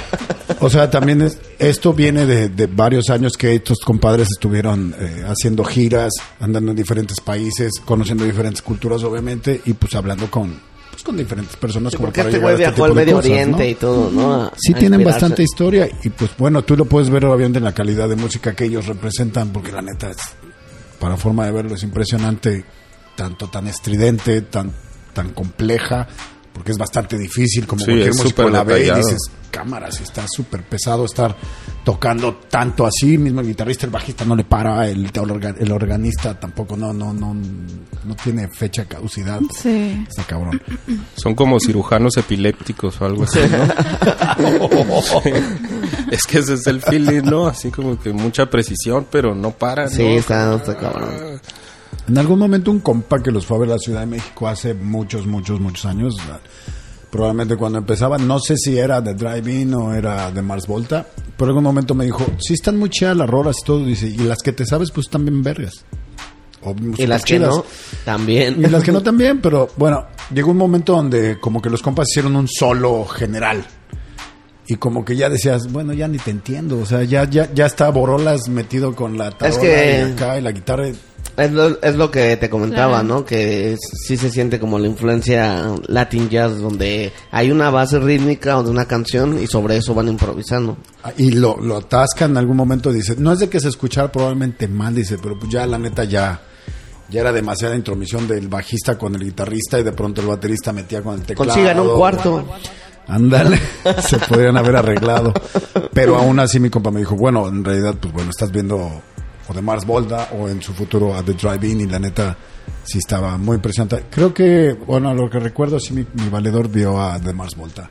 o sea, también es, esto viene de, de varios años que estos compadres estuvieron eh, haciendo giras, andando en diferentes países, conociendo diferentes culturas, obviamente, y pues hablando con, pues, con diferentes personas.
(laughs)
como
Porque
para
este
llegar
güey
a este
viajó al
tipo de
Medio
cosas,
Oriente
¿no?
y todo, ¿no? A-
Sí
a
tienen
inspirarse.
bastante historia y pues bueno, tú lo puedes ver obviamente en la calidad de música que ellos representan, porque la neta es, para forma de verlo es impresionante, tanto tan estridente, tan, tan compleja, porque es bastante difícil, como
Sí,
cualquier
es
músico
súper
la ve y
detallado.
dices, cámaras, está súper pesado estar tocando tanto así, mismo el guitarrista, el bajista no le para, el, orga- el organista tampoco, no, no, no, no tiene fecha de caducidad,
Sí.
está cabrón.
Son como cirujanos epilépticos o algo así, ¿no? es que ese es el feeling, ¿no? Así como que mucha precisión, pero no paran,
Sí,
¿no?
está, está
Pues
cabrón.
En algún momento un compa que los fue a ver a la Ciudad de México hace muchos, muchos, muchos años, la- probablemente cuando empezaba, no sé si era de Drive-In o era de Mars Volta, pero en algún momento me dijo, sí están muy chidas las rolas y todo, dice, y las que te sabes pues también vergas. O
Y
súper
las que
chidas.
no, también.
Y las que no también, pero bueno, llegó un momento donde como que los compas hicieron un solo general. Y como que ya decías, bueno, ya ni te entiendo. O sea, ya, ya, ya está Borolas metido con la tarola
que-
y acá y la guitarra.
(laughs) Es lo, es lo que te comentaba,
Claro.
¿no? Que es- sí se siente como la influencia Latin Jazz, donde hay una base rítmica o de una canción y sobre eso van improvisando.
Ah, Y lo, lo atasca en algún momento, dice, no es de que se escuchara probablemente mal, dice, pero pues ya la neta ya, ya era demasiada intromisión del bajista con el guitarrista y de pronto el baterista metía con el teclado.
Consigan un cuarto.
Ándale, (laughs) se podrían haber arreglado. Pero aún así mi compa me dijo, bueno, en realidad, pues bueno, estás viendo o de Mars Volta o en su futuro a The Drive-In y la neta sí estaba muy impresionante. Creo que, bueno, a lo que recuerdo, sí mi, mi valedor vio a The Mars Volta.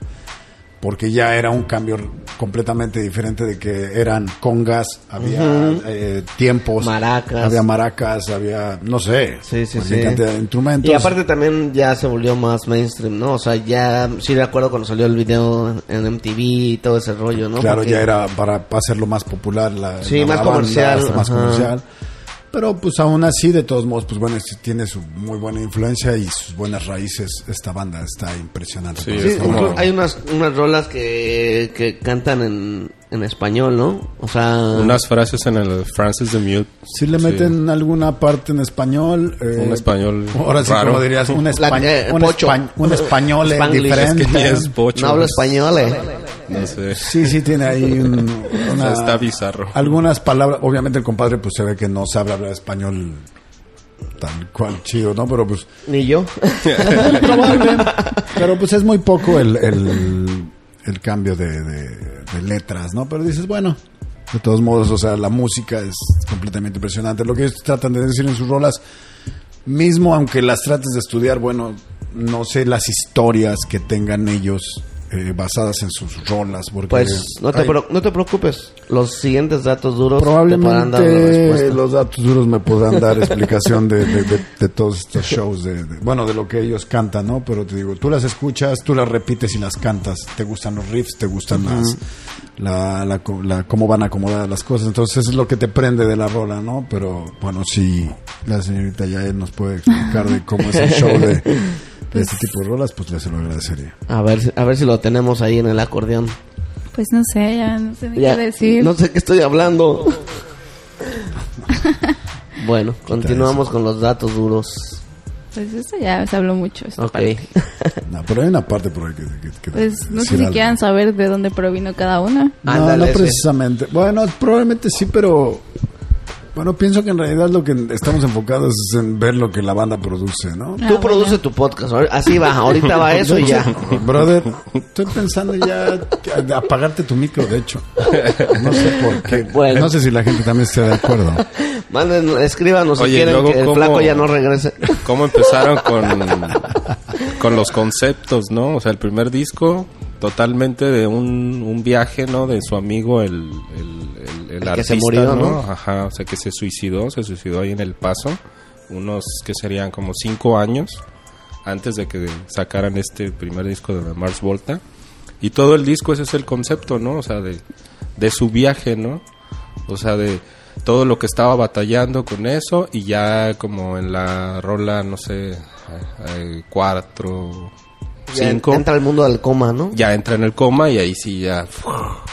Porque ya era un cambio completamente diferente de que eran congas, había eh, tiempos,
Maracas.
había maracas, había, no sé,
Sí, sí,
cualquier
sí.
cantidad de instrumentos.
Y aparte también ya se volvió más mainstream, ¿no? O sea, ya sí de acuerdo cuando salió el video en MTV y todo ese rollo, ¿no?
Claro,
Porque-
ya era para hacerlo más popular. La,
Sí,
la-
más
la
comercial,
hasta más
ajá.
comercial. Pero pues aún así, de todos modos, pues bueno, sí tiene su muy buena influencia y sus buenas raíces. Esta banda está impresionante.
Sí,
Pues,
Sí,
es como-
inclu- hay unas, unas rolas que, que cantan en, en español, ¿no? O sea...
Unas frases en el Francis de Mute.
sí le meten alguna parte en español. eh,
Un español
Ahora sí,
raro.
como dirías, un, español
eh,
un,
pocho.
españ- un español eh,
Spanglish.
diferente.
(laughs) Es que ni es pocho.
no hablo español, eh.
No sé.
Sí, sí, tiene
(laughs)
ahí un- una-
Está bizarro.
Algunas palabras, obviamente el compadre pues se ve que no sabe hablar español tal cual chido, ¿no? Pero pues
Ni yo.
Probable. Pero pues es muy poco el, el, el cambio de, de- de letras, ¿no? Pero dices, bueno, de todos modos, o sea, la música es completamente impresionante. Lo que ellos tratan de decir en sus rolas, mismo aunque las trates de estudiar, bueno, no sé las historias que tengan ellos eh, basadas en sus rolas. Porque
Pues no te,
hay-
pro- no te preocupes. Los siguientes datos duros te podrán dar la
Probablemente
respuesta.
los datos duros me podrán dar explicación de, de- de- de todos estos shows, de, de- bueno, de lo que ellos cantan, ¿no? Pero te digo, tú las escuchas, tú las repites y las cantas, te gustan los riffs, te gustan las, la, la co- la- cómo van acomodadas las cosas, entonces eso es lo que te prende de la rola, ¿no? Pero bueno, sí, la señorita ya nos puede explicar de cómo es el show de, de este tipo de rolas, pues le se lo agradecería.
A ver, si- a ver si lo tenemos ahí en el acordeón.
Pues no sé, ya no sé ni
Ya,
qué decir.
No sé qué estoy
(laughs)
hablando. bueno, continuamos con los datos duros.
Pues eso ya se habló mucho. esta
Ok.
parte.
No, pero hay una parte por ahí que... que- que-
Pues no
decir
sé si
algo.
quieran saber de dónde provino cada una.
No,
Ándale,
no
sí.
precisamente. Bueno, probablemente sí, pero bueno, pienso que en realidad lo que estamos enfocados es en ver lo que la banda produce, ¿no?
Ah,
Tú
bueno.
produce tu podcast. ahor- Así va,
(laughs)
ahorita va eso y ya.
Brother, estoy pensando ya que- de apagarte tu micro, de hecho. No sé por qué.
Bueno.
No sé si la gente también está de acuerdo.
Manden, escríbanos si
Oye,
quieren
luego,
que el
¿cómo?
flaco ya
(laughs)
no regrese.
¿Cómo empezaron con, con los conceptos, no? O sea, el primer disco totalmente de un, un viaje, ¿no? De su amigo, el, el, el, el
que
artista,
se murió, ¿no?
Ajá, o sea, que se suicidó, se suicidó ahí en El Paso. Unos que serían como cinco años antes de que sacaran este primer disco de Mars Volta. Y todo el disco, ese es el concepto, ¿no? O sea, de, de su viaje, ¿no? O sea, de todo lo que estaba batallando con eso y ya como en la rola, no sé, eh, eh, cuatro,
Ya
cinco,
Entra al mundo del coma, ¿no?
ya entra en el coma y ahí sí ya,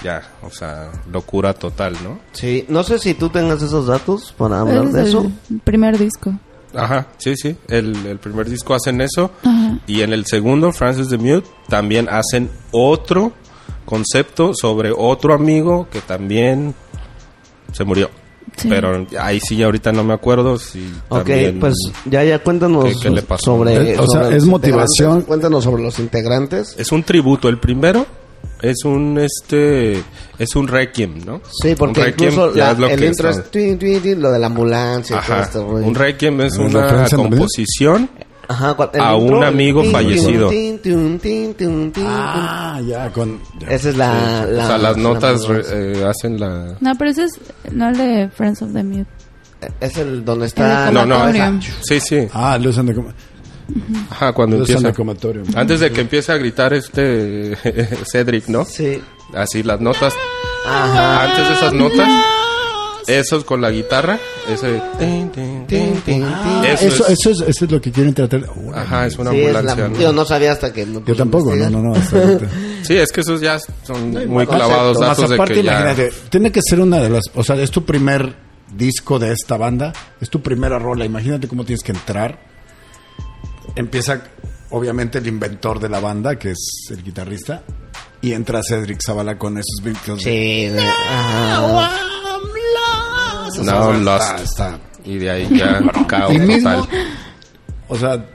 ya, o sea, locura total, ¿no?
Sí, no sé si tú tengas esos datos para hablar
Ese
de
es
eso.
Pues, El primer disco.
Ajá, sí, sí. El, el primer disco hacen eso.
Ajá.
Y en el segundo, Francis the Mute, también hacen otro concepto sobre otro amigo que también se murió.
Sí.
Pero ahí sí, ahorita no me acuerdo si.
Ok,
también-
pues ya, ya cuéntanos
¿Qué- qué le pasó?
sobre...
Eh, o sea,
sobre
es
los
motivación.
integrantes. Cuéntanos sobre los integrantes.
Es un tributo. El primero es un este es un requiem, ¿no?
Sí,
Un
porque
requiem
incluso
ya
la-
es lo
el
que
intro
sabe.
es tin, tin, tin, lo de la ambulancia y todo
Ajá.
este rollo.
Un requiem es
¿Lo
una
referencian también?
composición
Ajá, cua- el
a
intro,
un
el
amigo
tin, tin,
fallecido.
tin, tin, tin, tin, tin.
Ah, ya, con... ya.
Esa es la... la
o sea, las
la-
notas re- eh, hacen la...
No, pero ese es no el de Friends of the Mute.
Es el donde está...
El
No, no.
Crematorium.
Sí, sí.
Ah, Luz and the, Com-
Ajá, cuando
Luz and
empieza. Ah,
the Comatorium.
Antes de que empiece a gritar este (laughs) Cedric, ¿no?
Sí.
Así las notas.
Ajá.
Antes de esas notas, esos con la guitarra, ese tin, tin,
Tin, tin, tin.
Ah,
Eso
eso,
es-
eso, es, eso es lo que quieren tratar. Órale.
Ajá, es una
Sí, es la-
ambulancia. ¿no?
Yo no sabía hasta que... me puse
Yo
a
tampoco, no,
investigar.
no, no. hasta ahorita.
Sí, es que esos ya son muy
Concepto.
clavados
Más
datos de
aparte,
que ya...
imagínate, tiene que ser una de las, o sea, es tu primer disco de esta banda. Es tu primera rola. Imagínate cómo tienes que entrar. Empieza, obviamente, el inventor de la banda, que es el guitarrista. Y entra Cedric Zavala con esos Beatles. de-
Sí, de- ajá.
O sea,
Now
está-
Lost.
está-
Y de ahí
(laughs)
ya caos
Y mismo-
total.
o sea,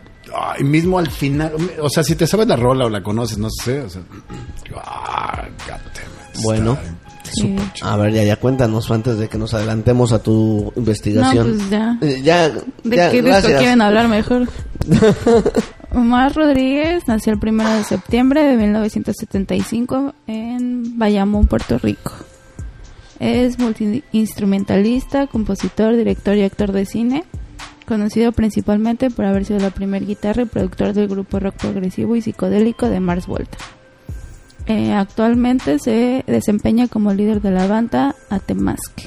ay, mismo al final. O sea, si te sabes la rola o la conoces, no sé. O sea, ah, goddammit, está
Bueno.
Sí.
A ver, ya, ya cuéntanos antes de que nos adelantemos a tu investigación.
No, pues ya.
Eh, ya,
¿De
ya,
qué de esto
gracias.
quieren
(laughs)
hablar mejor? Omar Rodríguez nació el 1 de septiembre de 1975 en Bayamón, Puerto Rico. Es multiinstrumentalista, compositor, director y actor de cine, conocido principalmente por haber sido la primer guitarra y productor del grupo rock progresivo y psicodélico de Mars Volta. Eh, actualmente se desempeña como líder de la banda Atemask.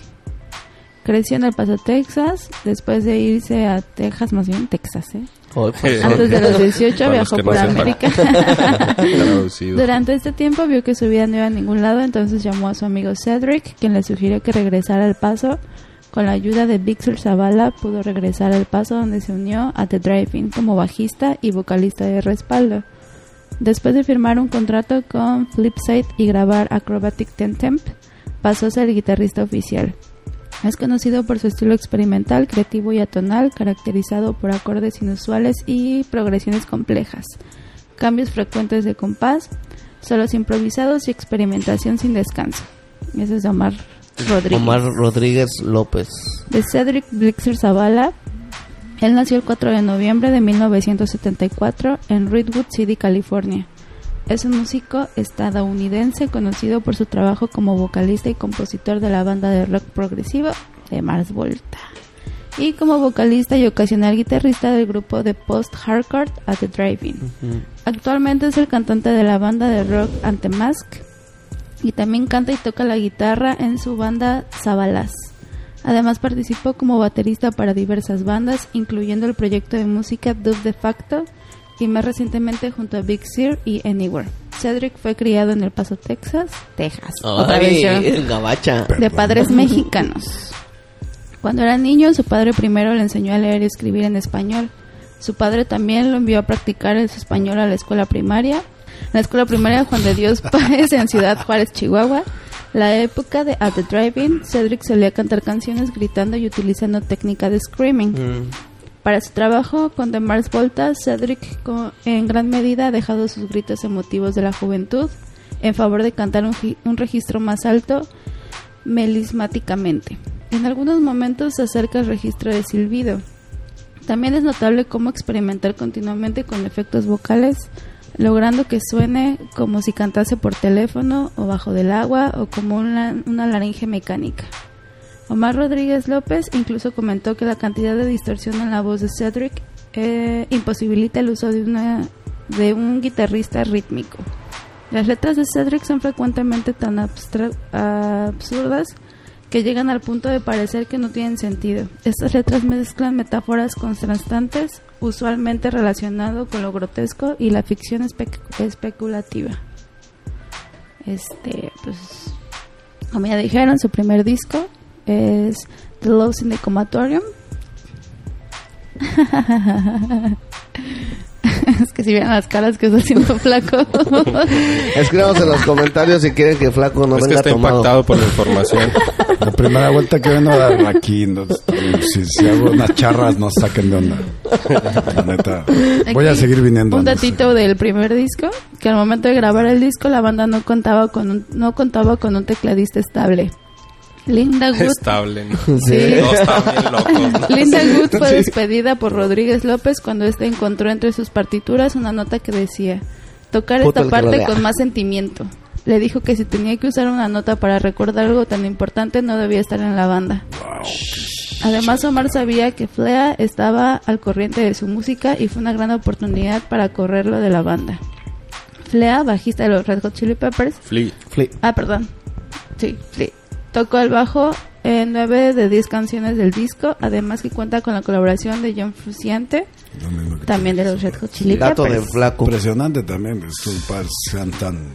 Creció en El Paso, Texas, después de irse a Texas, más bien Texas, ¿eh?
Ay, pues,
Antes de los 18
Para los
viajó
que no
por
sepan. (laughs)
América.
Traducido.
Durante este tiempo vio que su vida no iba a ningún lado, entonces llamó a su amigo Cedric, quien le sugirió que regresara al paso. Con la ayuda de Víctor Zavala pudo regresar al paso donde se unió a The Driving como bajista y vocalista de respaldo. Después de firmar un contrato con Flipside y grabar Acrobatic Ten Temp, pasó a ser el guitarrista oficial. Es conocido por su estilo experimental, creativo y atonal, caracterizado por acordes inusuales y progresiones complejas, cambios frecuentes de compás, solos improvisados y experimentación sin descanso. Eso es de Omar Rodríguez.
Omar Rodríguez López.
De Cedric Blixer Zavala. Él nació el 4 de noviembre de 1974 en Redwood City, California. Es un músico estadounidense conocido por su trabajo como vocalista y compositor de la banda de rock progresivo de Mars Volta. Y como vocalista y ocasional guitarrista del grupo de post-hardcore At The Driving. Actualmente es el cantante de la banda de rock Antemask y también canta y toca la guitarra en su banda Zabalas. Además participó como baterista para diversas bandas, incluyendo el proyecto de música Dub De Facto y más recientemente junto a Big Sear y Anywhere. Cedric fue criado en El Paso, Texas, Texas. Otra vez yo
Ay, gabacha.
de padres mexicanos. Cuando era niño, su padre primero le enseñó a leer y escribir en español. Su padre también lo envió a practicar el español a la escuela primaria. La escuela primaria Juan de Dios (laughs) Páez en Ciudad Juárez, Chihuahua. La época de At the Driving, Cedric solía cantar canciones gritando y utilizando técnica de screaming. Para su trabajo con The Mars Volta, Cedric co- en gran medida ha dejado sus gritos emotivos de la juventud en favor de cantar un, gi- un registro más alto melismáticamente. En algunos momentos se acerca el registro de silbido. También es notable cómo experimentar continuamente con efectos vocales, logrando que suene como si cantase por teléfono o bajo del agua o como una, una laringe mecánica. Omar Rodríguez López incluso comentó que la cantidad de distorsión en la voz de Cedric eh, imposibilita el uso de, una, de un guitarrista rítmico. Las letras de Cedric son frecuentemente tan abstra- absurdas que llegan al punto de parecer que no tienen sentido. Estas letras mezclan metáforas contrastantes, usualmente relacionado con lo grotesco y la ficción espe- especulativa. Este, pues como ya dijeron, su primer disco es The Loves in the Comatorium. (laughs) es que si vieran las caras que está haciendo flaco.
Escríbanos en los comentarios si quieren que Flaco no
es que
venga
está
tomado.
impactado por la información.
(laughs)
(laughs)
La primera vuelta que vengo a dar aquí, no- si, si hago unas charras, no saquen de onda.
(laughs)
La neta. Voy a
Aquí,
seguir viniendo.
Un
no sé.
datito del primer disco, que al momento de grabar el disco la banda no contaba con un, no contaba con un tecladista estable. Linda Wood.
Estable, ¿no?
(laughs)
Sí.
No, está bien loco. ¿no?
Linda Good fue despedida por Rodríguez López cuando este encontró entre sus partituras una nota que decía tocar
Puto el
esta
que
parte
lo lea".
con más sentimiento. Le dijo que si tenía que usar una nota para recordar algo tan importante no debía estar en la banda. Además Omar sabía que Flea estaba al corriente de su música y fue una gran oportunidad para correrlo de la banda. Flea, bajista de los Red Hot Chili Peppers,
Fli-
Flip.
Ah, perdón. Sí, sí. Tocó el bajo en 9 de 10 canciones del disco, además que cuenta con la colaboración de John Fruciante,
Lo mismo que-
también de los Red Hot Chili
Gato de
Peppers.
Flaco.
Impresionante también que estos par sean tan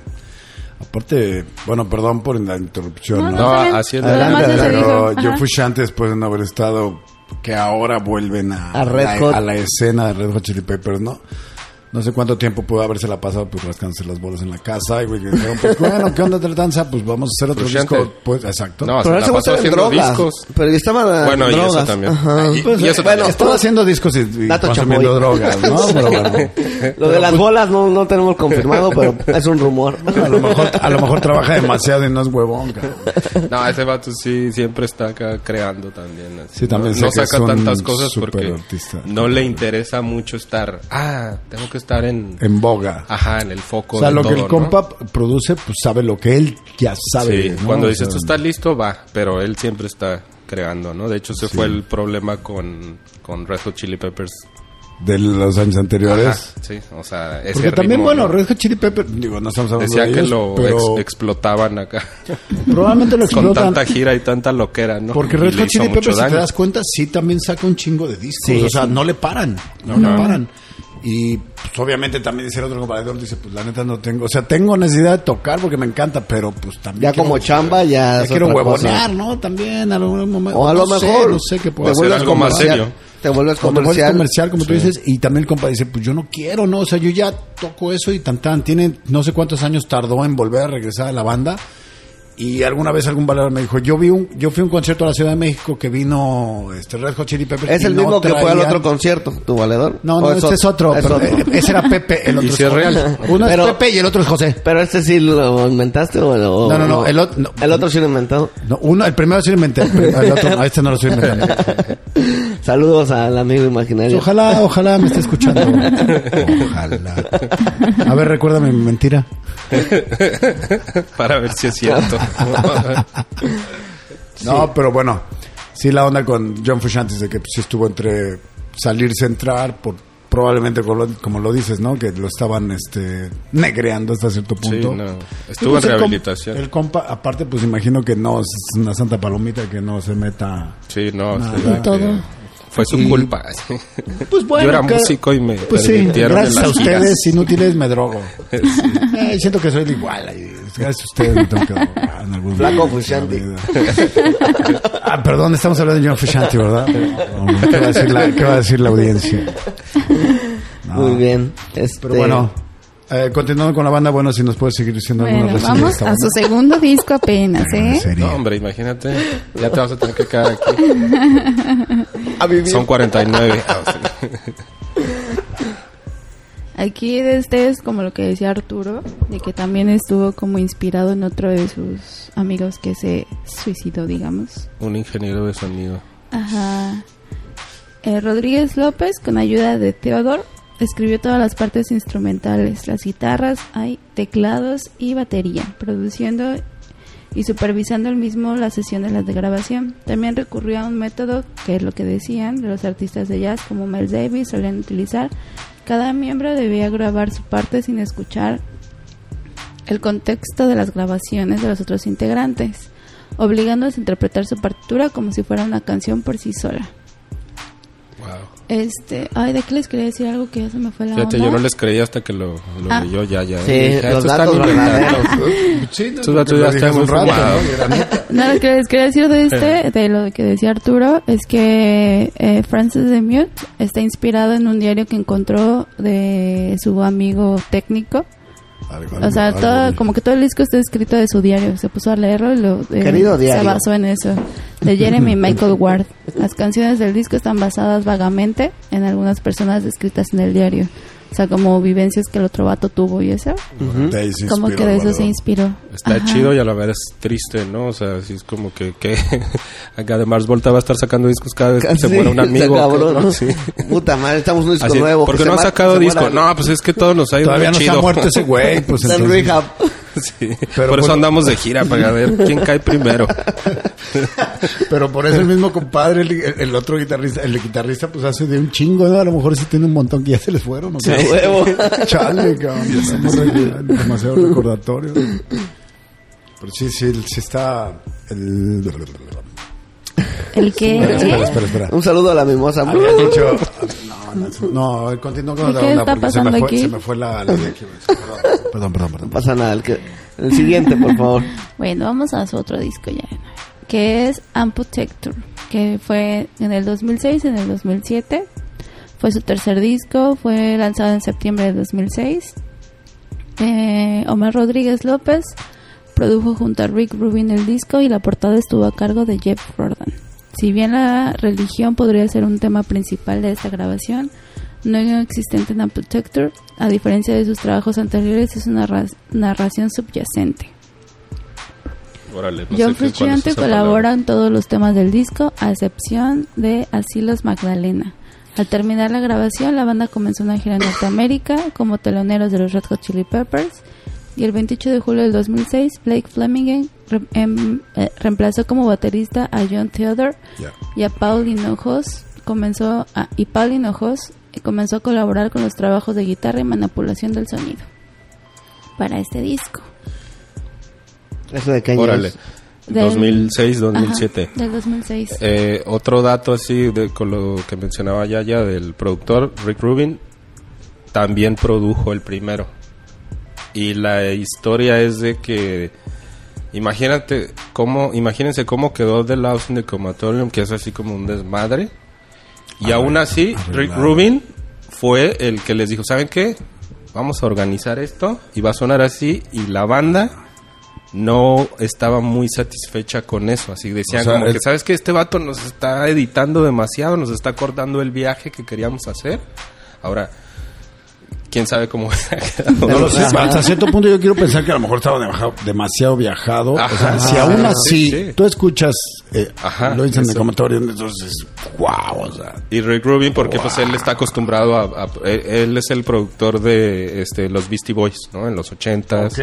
Aparte, bueno, perdón por la interrupción.
No,
¿no?
No,
no, está bien.
así es.
Lo demás ya se dijo.
Pero yo
Ajá.
fui Shanty después de no haber estado, que ahora vuelven a,
A Red
la,
Hot.
a la escena de Red Hot Chili Peppers, ¿no? No sé cuánto tiempo pudo haberse la pasado pues rascándose las bolas en la casa y güey, que dijeron, pues bueno, ¿qué onda de danza? Pues vamos a hacer otro
Pues,
disco,
gente.
pues exacto.
No,
Pero él
se
se
la pasó
puso en
haciendo
drogas.
discos.
Pero estaba
Bueno,
en
y eso
drogas.
también.
Ajá.
Y-
Pues,
y eso también.
bueno,
Estaba
todo-
haciendo discos y, y
Dato
consumiendo
chapoy. (laughs)
drogas, ¿no? Pero (laughs) bueno,
lo de las bolas no, no tenemos confirmado, pero es un rumor.
a lo mejor, a lo mejor trabaja demasiado y no es huevón, cabrón.
No, ese vato sí siempre está acá creando también. así.
Sí,
no,
también sé
no
que es
saca
un
tantas cosas porque
superartista.
no le interesa mucho estar. Ah, tengo que estar en.
En boga.
Ajá, en Ah, el foco.
O sea,
de
lo que
todo,
el
¿no?
compa produce, pues sabe lo que él ya sabe.
Sí,
¿no?
cuando
O
dice
sea,
esto está listo, va, pero él siempre está creando, ¿no? De hecho, ese fue el problema con, con Red Hot Chili Peppers.
De los años anteriores.
Ajá, sí, o sea, ese
Porque también,
ritmo,
bueno,
¿no?
Red Hot Chili Pepper, digo, no estamos hablando
Decía
de
que
ellos,
lo
pero
ex- explotaban
(laughs)
acá. (laughs)
probablemente lo
con
explotan.
tanta gira y tanta loquera, ¿no?
Porque
Y
Red
le
Hot
hizo
Chili
mucho
Peppers, si te
daño.
das cuenta, sí también saca un chingo de discos.
Sí.
o sea, no le paran. No le
Ajá.
paran. Y pues, obviamente también dice el otro comparador, dice, pues la neta no tengo, o sea, tengo necesidad de tocar porque me encanta, pero pues también...
Ya como chamba, ya
ya
es
quiero
otra cosa.
huevonear, ¿no? También, a lo momento.
O a lo
no sé,
mejor
no sé qué puedo
te
hacer.
vuelves algo más
comercial.
serio.
Te vuelves
Cuando vuelves
comercial.
comercial, como tú dices, y también el compa dice, pues yo no quiero, ¿no? O sea, yo ya toco eso y tan tan. Tiene no sé cuántos años tardó en volver a regresar a la banda. Y alguna vez algún valor me dijo, yo vi un, yo fui a un concierto a la Ciudad de México que vino este Red Hot Chili Peppers.
Es
y
el
no
mismo que fue al
traían-
otro concierto, tu valedor.
No, no,
¿O
este es otro,
es
pero
otro?
eh, (laughs) ese era Pepe, el otro
Y si es
Jorge.
real.
Uno
Pero-
es Pepe y el otro es José.
Pero este sí lo inventaste o o-
No, no, no, el ot- no.
El otro sí lo inventó.
No, uno, el primero sí lo inventé, el, prim- el otro no, este no lo estoy inventando.
(laughs) (laughs) Saludos al amigo imaginario.
Ojalá, ojalá me esté escuchando. Ojalá. A ver, recuérdame mi mentira.
(laughs) Para ver
(laughs)
si es cierto.
No, pero bueno, sí la onda con John Fushantis de que pues, sí estuvo entre salirse, entrar, por probablemente como lo, como lo dices, ¿no? Que lo estaban este negreando hasta cierto punto.
no. Estuvo en
Y, el comp-
rehabilitación.
El compa, aparte, pues imagino que no es una santa palomita que no se meta.
sí, no.
Nada.
sí, la que-
Todo.
Fue su
Ah, Y-
culpa. (laughs)
Pues bueno,
Yo era
que-
músico y me
Pues sí,
permitieron en
gracias
las
a ustedes,
giras.
inútiles, me
(laughs)
drogo. Ay, siento que soy el igual. ay, Gracias a ustedes me tengo que drogar en algún
Flaco
momento
Fushanti.
de la vida. (laughs) Ah, perdón, estamos hablando de John Fushanti, ¿verdad? No, ¿Qué va a decir la, qué va a decir la audiencia? No.
Muy bien. Este,
Ah. Pero bueno, eh, continuando con la banda, bueno, si nos puedes seguir diciendo
Bueno,
algunas
vamos a su segundo disco apenas, ¿eh?
No, hombre, imagínate. Ya te vas a tener que quedar aquí.
(laughs)
A vivir.
Son 49. Ah, sí.
Aquí este es como lo que decía Arturo, de que también estuvo como inspirado en otro de sus amigos que se suicidó, digamos.
Un ingeniero de sonido.
Ajá. Eh, Rodríguez López, con ayuda de Theodore, escribió todas las partes instrumentales, las guitarras, hay teclados y batería, produciendo y supervisando el mismo las sesiones de grabación. También recurrió a un método que es lo que decían de los artistas de jazz como Mel Davis solían utilizar. Cada miembro debía grabar su parte sin escuchar el contexto de las grabaciones de los otros integrantes, obligándolos a interpretar su partitura como si fuera una canción por sí sola.
Wow.
Este, ay, de qué les quería decir algo que ya se me fue la
Fíjate,
onda.
yo no
(laughs)
les creía hasta que lo, lo
Ah.
leyó ya, ya.
Sí,
Dije,
los
"Estos
datos
están inventando".
Sí,
Estos vatos ya están muy fumados.
No, lo que les quería decir de
Eh.
este, de lo que decía Arturo, es que eh, Francis de Mute está inspirado en un diario que encontró de su amigo técnico. O sea, todo, como que todo el disco está escrito de su diario. Se puso a leerlo y lo, eh,
Querido diario.
se basó en eso. De Jeremy Michael Ward. Las canciones del disco están basadas vagamente en algunas personas descritas en el diario. O sea, como vivencias que el otro vato tuvo y eso. Como que de eso se inspiró.
Está
Ajá.
chido y a la vez es triste, ¿no? O sea, sí es como que, que (laughs) acá de Mars Volta va a estar sacando discos cada vez que se
Sí,
muera un amigo.
se acabó,
¿no?
¿no?
Sí.
Puta madre, estamos en un disco
Así,
nuevo.
porque
que
no
se
ha
muera-
sacado
se
disco.
muera-
No, pues es que todos nos ha ido
Todavía no
muy
se
chido.
ha muerto ese güey. Pues
Está en
entonces-
rehab.
(laughs) Sí.
Pero
Por eso
bueno.
andamos de gira para ver quién cae
(laughs)
primero.
Pero por eso el mismo compadre, el, el otro guitarrista, el guitarrista pues hace de un chingo, ¿no? A lo mejor sí tiene un montón que ya se les fueron, ¿no?
A
(laughs)
huevo.
Chale, cabrón. estamos re- demasiado recordatorio. Pero sí, sí, sí está el...
El que...
Espera, espera, espera, espera. Ah,
Un saludo a la mimosa.
Habías dicho... No, no, no, continúo con
¿Qué
la onda
está
porque se me,
pasando
fue,
aquí?
se me fue la... la idea que iba a decir. Perdón, perdón, perdón.
No pasa nada. El que, El siguiente, por favor.
Bueno, vamos a su otro disco ya. Que es Amputecture, que fue en el 2006, en el 2007. Fue su tercer disco, fue lanzado en septiembre del 2006. Eh, Omar Rodríguez López produjo junto a Rick Rubin el disco y la portada estuvo a cargo de Jeff Jordan. Si bien la religión podría ser un tema principal de esta grabación, no existente en Protector, a diferencia de sus trabajos anteriores, es una ra- narración subyacente.
Órale, no sé
John
qué- cuál es
Frusciante
esa
colabora
palabra.
en todos los temas del disco, a excepción de Asilos Magdalena. Al terminar la grabación, la banda comenzó una gira en Norteamérica como teloneros de los Red Hot Chili Peppers. Y el 28 de julio del 2006, Blake Fleming re- em- eh, reemplazó como baterista a John Theodore
Ya.
y a Paul Hinojos comenzó a, y Paul Hinojos comenzó a colaborar con los trabajos de guitarra y manipulación del sonido para este disco.
Eso de qué año
Órale.
es?
Del-
2006,
Ajá,
2007.
del 2006.
Eh, otro dato así de, con lo que mencionaba Yaya del productor Rick Rubin también produjo el primero y la historia es de que imagínate cómo imagínense cómo quedó The Louse in the Comatorium que es así como un desmadre y aún así Rick
arreglado.
Rubin fue el que les dijo saben qué vamos a organizar esto y va a sonar así y la banda no estaba muy satisfecha con eso. Así decían,
O sea,
como
el-
que, ¿sabes que Este vato nos está editando demasiado, nos está cortando el viaje que queríamos hacer. Ahora, quién sabe cómo (laughs) se ha quedado.
No lo sé,
Ajá.
hasta cierto punto yo quiero pensar que a lo mejor estaba demasiado, demasiado viajado. O sea,
Ajá.
si aún así
Sí, sí.
tú escuchas eh,
Ajá,
lo dicen en el
eso.
comentario, entonces, wow, o sea,
(laughs) Y Rick Rubin, porque pues él está acostumbrado a, a- él, él es el productor de este, los Beastie Boys, ¿no? En los ochentas.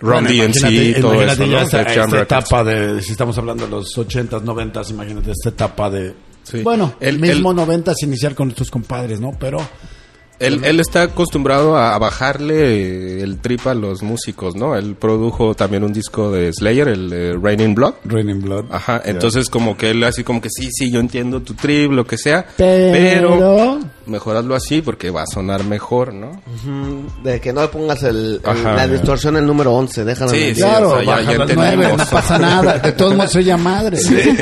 Ron
Bueno, imagínate-
DMC, todo
imagínate
eso,
ya
¿no?
esta,
Def
esta
Jam Records.
etapa de, si estamos hablando de los 80s, 90s, imagínate esta etapa de...
Sí.
Bueno, el
El-
mismo
el-
90s iniciar con estos compadres, ¿no? Pero
Él, él está acostumbrado a bajarle eh, el trip a los músicos, ¿no? Él produjo también un disco de Slayer, el eh, Raining Blood.
Rain in Blood.
Ajá, entonces como que él así como que sí, sí, yo entiendo tu trip, lo que sea,
Pero...
pero, mejor hazlo así porque va a sonar mejor, ¿no?
Ujú, De que no pongas el, el-
Ajá.
la distorsión el número 11, déjalo.
Sí,
en el-
sí.
Claro,
o sea, ya-
baja
ya
las
entendimos.
nueve, no pasa nada. De todos modos, soy ya madre. (laughs)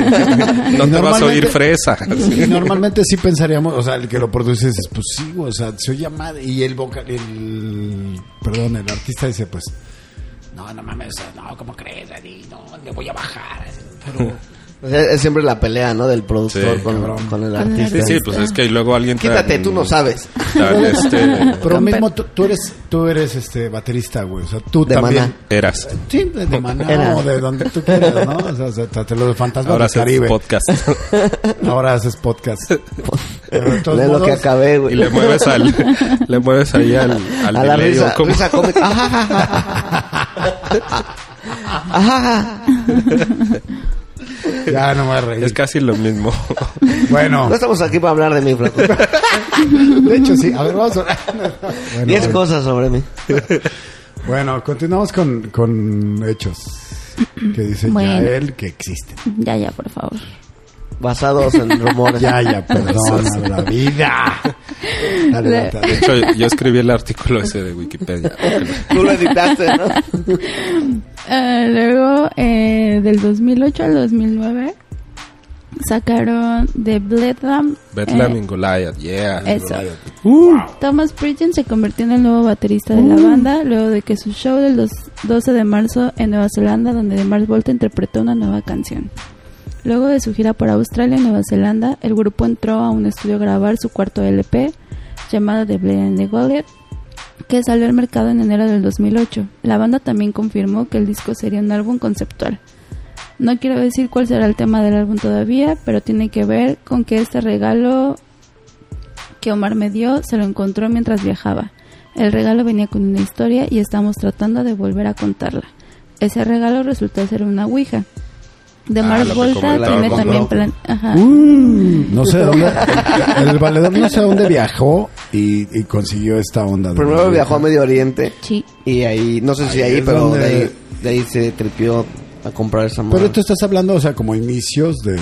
No te vas a oír
normalmente-
fresa. (laughs)
Y normalmente sí pensaríamos, o sea, el que lo produce dices, pues sí, güey, o sea, se oye a madre. Y el vocal, el, perdón, el artista dice, pues, no, no mames, o sea, no, ¿cómo crees, Daddy? No, le voy a bajar.
(laughs)
Es,
Pero,
es siempre la pelea, ¿no? Del productor
Sí,
con,
cabrón.
con el
Con el
artista.
Sí, sí, pues es que luego alguien... tan-
Quítate, tú no sabes. (laughs)
tan, este,
pero mismo tú, tú eres, tú eres este baterista, güey, o sea, tú
De
también.
Maná.
eras.
Sí, de, de Maná
Era.
o de donde tú quieras, ¿no? O sea, o sea, te lo de Fantasma
Ahora
del
haces
(laughs)
Caribe.
podcast
Ahora haces podcast. Pero de todos
Lee lo que
modos,
acabé,
y
güey.
le
(laughs)
mueves al... Le mueves ahí al... al
A la
delay,
risa,
¿o cómo?
risa cómica. Ajá, ajá,
(laughs)
ajá. Ajá.
Ya no me voy a reír.
Es casi lo
(laughs)
mismo.
Bueno,
No estamos aquí para hablar de mí,
(laughs)
flaco.
de hecho sí. A ver, vamos a... Bueno,
Diez
bueno.
cosas sobre mí.
Bueno, continuamos con, con hechos que dice
Bueno.
Yael que existen.
Ya, ya, por favor.
Basados
(laughs)
en rumores.
Ya, ya,
(laughs) Pues
perdona la vida. Dale,
Le-
De
dale.
hecho, yo escribí el artículo ese de Wikipedia.
Tú lo editaste,
(laughs)
¿no?
Eh, luego, eh, del 2008 al 2009, sacaron The Bledham.
Bethlehem
eh,
and Goliath, yeah.
eso. Thomas Pridgen se convirtió en el nuevo baterista de la banda luego de que su show del dos- 12 de marzo en Nueva Zelanda, donde Mars Volta interpretó una nueva canción. Luego de su gira por Australia y Nueva Zelanda, el grupo entró a un estudio a grabar su cuarto LP llamado The Blade and the Goliath, que salió al mercado en enero del 2008. La banda también confirmó que el disco sería un álbum conceptual. No quiero decir cuál será el tema del álbum todavía, pero tiene que ver con que este regalo que Omar me dio se lo encontró mientras viajaba. El regalo venía con una historia y estamos tratando de volver a contarla. Ese regalo resultó ser una ouija. De
Ah,
Mars
lo que
Volta
comentaba
tiene
con
también
Bronco.
plan... Ajá.
No sé dónde. El valedor no sé dónde viajó y, y consiguió esta onda. de-
Primero viajó a Medio Oriente.
Sí.
Y ahí, no sé si
Ahí
ahí,
es
pero
donde-
de, ahí, de ahí se tripió a comprar esa madre.
Pero tú estás hablando, o sea, como inicios de.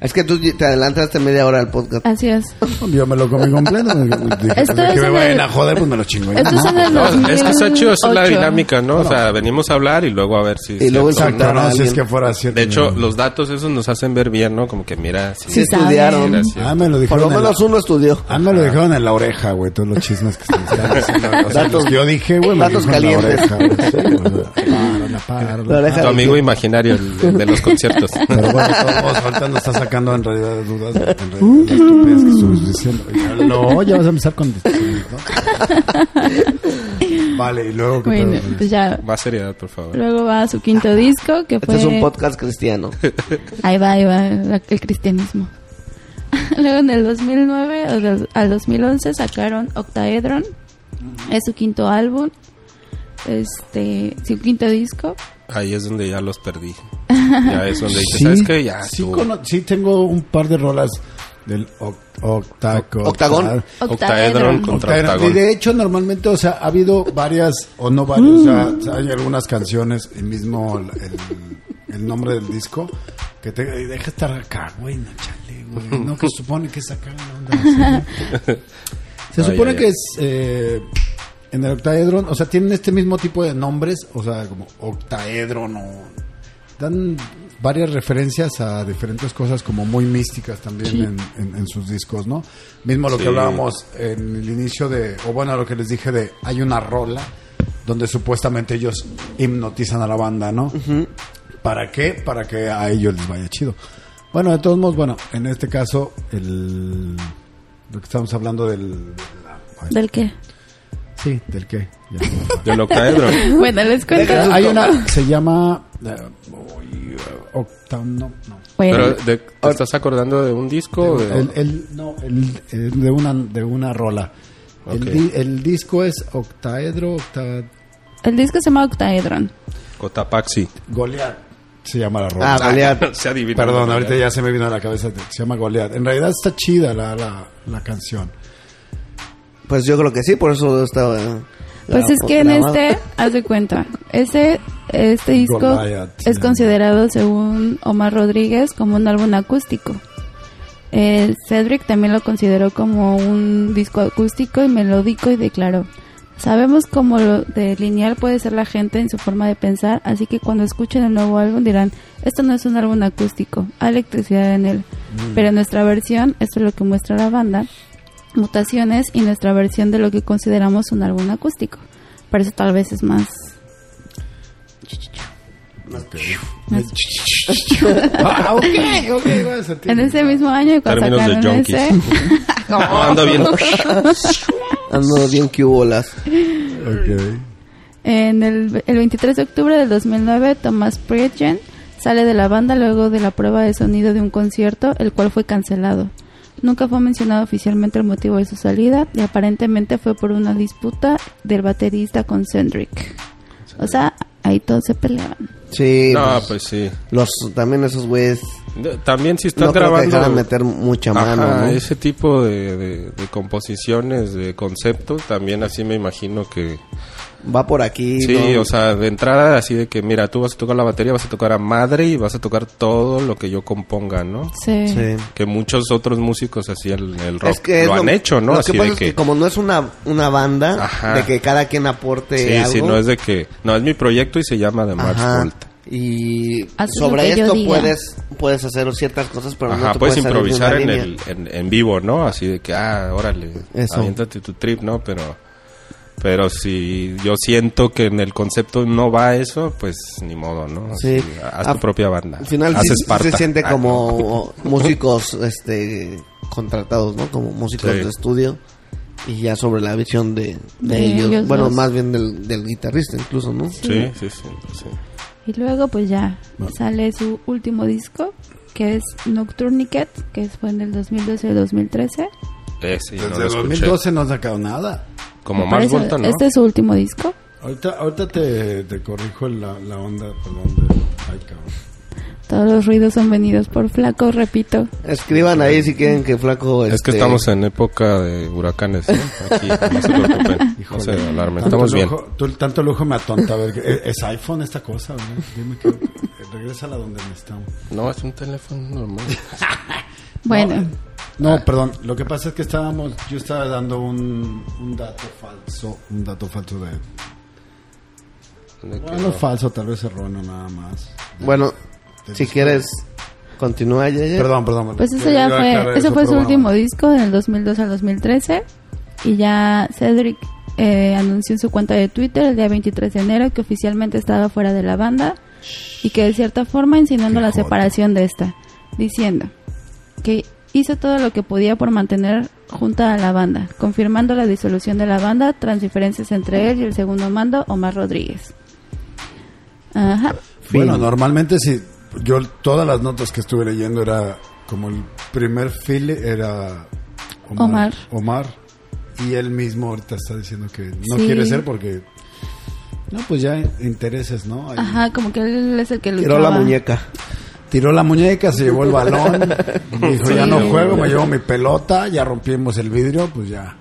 Es que tú te adelantaste media hora al podcast.
Así es.
Yo me lo comí completo. Dije,
Esto
que
es
me
en
vayan
el-
a joder, pues me lo chingo. yo.
Esto es en el
No, es que está chido, esa es la
2008.
dinámica, ¿no? O sea, venimos a hablar y luego a ver si...
Y luego
cierto.
Exacto,
insultar a
no, si es
alguien.
que fuera cierto.
De hecho, los datos esos nos hacen ver bien, ¿no? Como que mira... sí,
Sí,
Sí saben.
estudiaron.
mira, sí.
Ah, me lo
Por
dijeron.
lo
en la-
menos uno estudió.
Ah, me lo dijeron en la oreja, güey, todos los chismes que se me (laughs) están diciendo. O sea, los que yo dije, güey, me lo
Datos
dijeron en
calientes.
la (laughs) oreja. güey, sí, güey. Párala, párala.
La oreja.
Tu amigo imaginario, el, el de los conciertos.
Pero bueno, todos faltando está sacando en realidad dudas, en realidad las estupideces que estuvimos diciendo. No, ya vas a empezar con ¿no? (laughs) Vale, y luego que
Bueno, pues ya.
Más seriedad, por favor.
Luego va a su quinto disco, que
Este
fue...
es un podcast cristiano.
Ahí va, ahí va la- el cristianismo. (laughs) Luego en el 2009 o del- al 2011 sacaron Octaedron. Es su quinto álbum. Este, su quinto disco.
Ahí es donde ya los perdí. Ya es donde dije, ¿sabes qué? Ya
sí,
estuvo.
cono- sí tengo un par de rolas del oc- octaco.
Octagón.
octar-
Octaedron contra
Pero,
Octagón.
y de hecho, normalmente, o sea, ha habido varias o no varias. o
Mm.
sea, hay algunas canciones, el mismo el, el- el nombre del disco, que te ay, deja estar acá, güey, no
(laughs)
chale, güey. No, que supone que es acá, no, anda así, ¿no? Se
Ay,
supone
ay,
que
ay.
es. eh, en el octaedron, o sea, tienen este mismo tipo de nombres, o sea, como octaedron o. Dan varias referencias a diferentes cosas como muy místicas también en, en- en sus discos, ¿no? Mismo lo que
Sí.
hablábamos en el inicio de, o bueno, lo que les dije de, hay una rola donde supuestamente ellos hipnotizan a la banda, ¿no? ¿Para qué? Para que a ellos les vaya chido. Bueno, de todos modos, bueno, en este caso, el, lo que estamos hablando del... de la- ay,
¿Del qué?
sí, del qué. Ya.
Del Octaedron.
(laughs) Bueno, les cuento.
Eh, hay una, se llama... eh, uy, octa- no, no.
Bueno,
Pero, de- ¿te estás acordando de un disco? o de-
El, el- no, el, el de, una, de una rola. El,
Ok.
di- el disco es octaedro, octa...
el disco se llama Octaedron.
Cotapaxi. (laughs)
Goliat se llama la rola.
(laughs) Ah, Goliat.
Se adivinó.
Perdón, ahorita ya se me vino a la cabeza, se llama Goliat. En realidad está chida la, la, la
(laughs)
canción.
Pues yo creo que sí, por eso eh, estaba.
Pues es que en este, haz de cuenta, ese, este disco
Goliath,
es
sí.
considerado, según Omar Rodríguez, como un álbum acústico. El Cedric también lo consideró como un disco acústico y melódico y declaró, sabemos cómo lo de lineal puede ser la gente en su forma de pensar, así que cuando escuchen el nuevo álbum dirán, esto no es un álbum acústico, hay electricidad en él.
Mm.
Pero en nuestra versión, esto es lo que muestra la banda, mutaciones y nuestra versión de lo que consideramos un álbum acústico. Por eso tal vez es más... Más-
Ah, ok, ok, gracias a ti.
En ese mismo año cuando
Términos de
sacaron
junkies.
ese...
Ando bien.
Ando bien que hubo las.
Ok.
En el, el 23 de octubre del 2009, Thomas Pridgen sale de la banda luego de la prueba de sonido de un concierto, el cual fue cancelado. Nunca fue mencionado oficialmente el motivo de su salida y aparentemente fue por una disputa del baterista con Cendric. O sea, ahí todos se peleaban.
Sí.
No,
pues,
pues sí.
los, también esos güeyes.
De- También si estás
No creo que
grabando...
dejaran meter mucha
Ajá,
mano, ¿no?
ese tipo de, de- de composiciones, de conceptos, también así me imagino que...
Va por aquí.
Sí,
¿no?
o sea, de entrada así de que, mira, tú vas a tocar la batería, vas a tocar a madre y vas a tocar todo lo que yo componga, ¿no?
Sí.
Sí.
Que muchos otros músicos así el, el rock
Es que es
lo, han hecho, ¿no?
Lo
Así
que pasa
de
es que como no es una, una banda,
Ajá.
de que cada quien aporte
Sí,
algo.
sí, no es de que... No, es mi proyecto y se llama The Max
Ajá.
Volt.
Y
Haz lo
sobre
que yo
esto
diga.
puedes puedes hacer ciertas cosas, pero no
Ajá,
te
puedes
puedes salir de
improvisar
una
en,
línea.
el, en, en vivo, ¿no? Así de que, ah, órale,
Eso.
aviéntate tu trip, ¿no? Pero, pero si yo siento que en el concepto no va eso, pues ni modo, ¿no? Así,
Sí.
haz
Ah,
tu propia banda.
Al final
haz
sí- sí
Esparta.
se siente
Ah,
como (laughs) músicos este contratados, ¿no? Como músicos
Sí.
de estudio y ya sobre la visión de, de
De
ellos.
ellos
Bueno,
dos.
más bien del, del guitarrista incluso, ¿no?
Sí, sí, sí. sí.
Y luego pues ya sale su último disco, que es Nocturniquet, que fue en el 2012 y 2013.
Eh, sí, no
Desde
lo escuché.
2012 no han sacado nada.
Como
Por
más
eso,
Volta, ¿no?
Este es su último disco.
Ahorita, ahorita te, te corrijo la, la onda, perdón. De, ay, cabrón.
Todos los ruidos son venidos por Flaco, repito.
Escriban ahí si quieren que Flaco...
Es que
este,
estamos en época de huracanes, ¿eh? Aquí, no se preocupen, no se alarmen, estamos bien.
lujo, tú- tanto lujo me atonta. a ver, ¿es- ¿Es iPhone esta cosa? güey? Dime que- Regrésala donde no está.
No, es un teléfono normal.
Bueno,
No, perdón. Lo que pasa es que estábamos, yo estaba dando un, un dato falso, un dato falso de...
De que-
Bueno, falso, tal vez erróneo nada más.
Bueno, si quieres, continúa, Yeye.
Perdón, perdón.
pues eso
Yo
ya
iba a aclarar
fue, eso fue
pero
su
bueno.
último disco del 2002 al 2013 y ya Cedric eh, anunció en su cuenta de Twitter el día 23 de enero que oficialmente estaba fuera de la banda y que de cierta forma insinuando
Qué
la
joto.
separación de esta, diciendo que hizo todo lo que podía por mantener junta a la banda, confirmando la disolución de la banda tras diferencias entre él y el segundo mando Omar Rodríguez. Ajá.
Bueno, normalmente si yo todas las notas que estuve leyendo era como el primer file era
Omar.
Omar. Y él mismo ahorita está diciendo que no
Sí.
quiere ser porque... No, pues ya intereses, ¿no? Ahí
Ajá, como que él es el que luchaba.
Tiró la muñeca.
Tiró la muñeca, se llevó el balón,
(laughs)
dijo
Sí.
ya no juego, me llevo mi pelota, ya rompimos el vidrio, pues ya.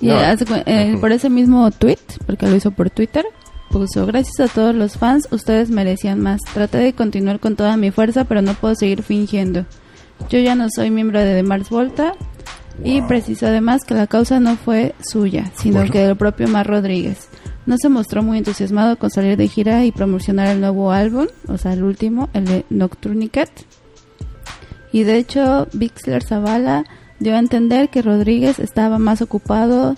Y
No.
hace cu- eh, por ese mismo tweet, porque lo hizo por Twitter, puso, gracias a todos los fans, ustedes merecían más. Traté de continuar con toda mi fuerza, pero no puedo seguir fingiendo. Yo ya no soy miembro de The Mars Volta y precisó además que la causa no fue suya, sino que del propio Mar Rodríguez. No se mostró muy entusiasmado con salir de gira y promocionar el nuevo álbum, o sea, el último, el de Nocturnicat. Y de hecho, Bixler Zavala dio a entender que Rodríguez estaba más ocupado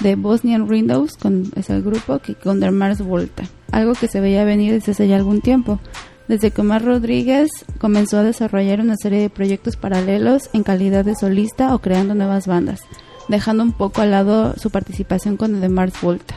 de Bosnian Windows, con ese grupo, que con The Mars Volta. Algo que se veía venir desde hace ya algún tiempo. Desde que Omar Rodríguez comenzó a desarrollar una serie de proyectos paralelos en calidad de solista o creando nuevas bandas, dejando un poco al lado su participación con The Mars Volta.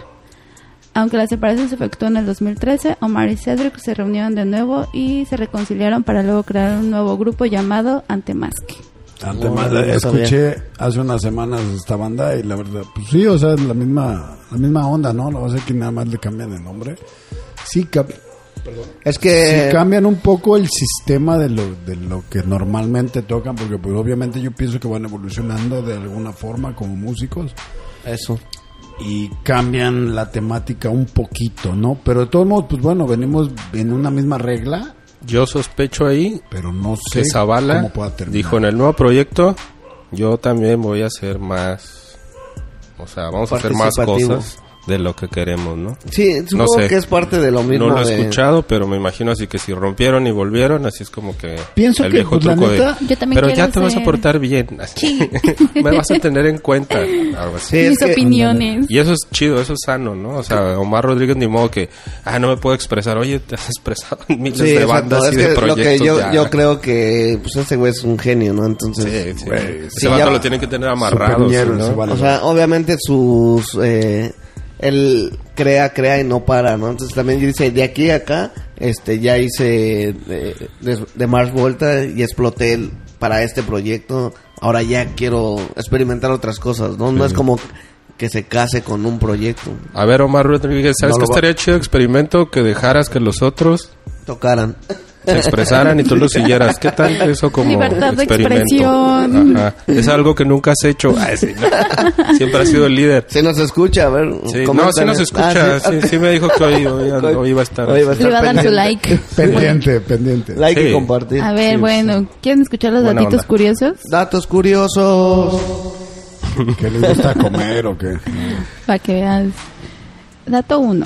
Aunque la separación se efectuó en el 2013, Omar y Cedric se reunieron de nuevo y se reconciliaron para luego crear un nuevo grupo llamado Antemasque.
Antes
No,
más,
no sabía.
escuché hace unas semanas esta banda y la verdad, pues sí, o sea, es la misma, la misma onda, ¿no? Lo que pasa es que nada más le cambian el nombre. Sí, cap-
Es que
sí cambian un poco el sistema de lo, de lo que normalmente tocan, porque pues obviamente yo pienso que van evolucionando de alguna forma como músicos.
eso.
y cambian la temática un poquito, ¿no? Pero de todos modos, pues bueno, venimos en una misma regla,
Yo sospecho ahí
pero no sé
que Zavala
cómo pueda terminar.
dijo en el nuevo proyecto, yo también voy a hacer más, o sea, vamos a hacer más
Participativo.
cosas de lo que queremos, ¿no?
Sí, supongo
sé.
que es parte de lo mismo.
no lo he
de-
escuchado, pero me imagino así que si rompieron y volvieron, así es como que
Pienso que, pues, la neta-
Yo también
pero ya
quiero
te vas a
ser-
portar bien, así. (laughs) me vas a tener en cuenta, algo así.
Sí, es
Mis
que-
opiniones.
Y eso es chido, eso es sano, ¿no? O sea, Omar Rodríguez ni modo que, ah, no me puedo expresar. Oye, te has expresado en miles
Sí,
de
exacto.
bandas
Es
y de
que lo que
proyectos.
yo,
ya.
yo creo que pues ese güey es un genio, ¿no? Entonces,
Sí, sí.
güey,
Ese
sí,
vato
ya-
lo tienen que tener amarrado.
Superñero,
¿no?
ese vato.
o sea, obviamente sus eh, él crea, crea y no para, ¿no? Entonces también dice, de aquí a acá, este ya hice de, de- de Mars Volta y exploté el- para este proyecto. Ahora ya quiero experimentar otras cosas, ¿no? No es como que se case con un proyecto,
A ver, Omar Rodríguez, ¿sabes
No
qué
lo va-
estaría chido experimento? Que dejaras que los otros
tocaran.
se expresaran y tú lo siguieras. ¿Qué tal eso como
Libertad de expresión.
experimento? Ajá. Es algo que nunca has hecho. Ah, sí, ¿no? Siempre has sido el líder.
Se nos escucha, a ver.
Sí, no,
coméntale.
sí nos escucha.
Ah,
sí, sí me dijo que hoy, hoy- hoy iba a estar.
(laughs) Hoy va a estar
Le va a dar su
pendiente.
like.
(laughs) Pendiente, pendiente.
Like y
Sí.
compartir.
A ver, bueno, ¿quieren escuchar los
Buena
datitos
onda.
curiosos?
Datos curiosos.
¿Qué les gusta comer o qué?
Para que veas. Dato 1.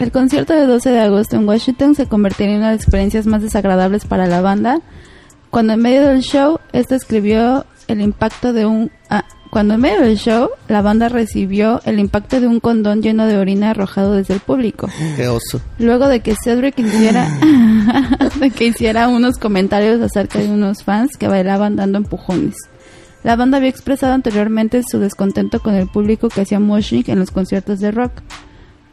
El concierto de 12 de agosto en Washington se convertiría en una de las experiencias más desagradables para la banda. Cuando en medio del show, este escribió el impacto de un... ah, cuando en medio del show, la banda recibió el impacto de un condón lleno de orina arrojado desde el público.
Qué oso.
Luego de que Cedric hiciera, (laughs) de que hiciera unos comentarios acerca de unos fans que bailaban dando empujones. La banda había expresado anteriormente su descontento con el público que hacía moshing en los conciertos de rock.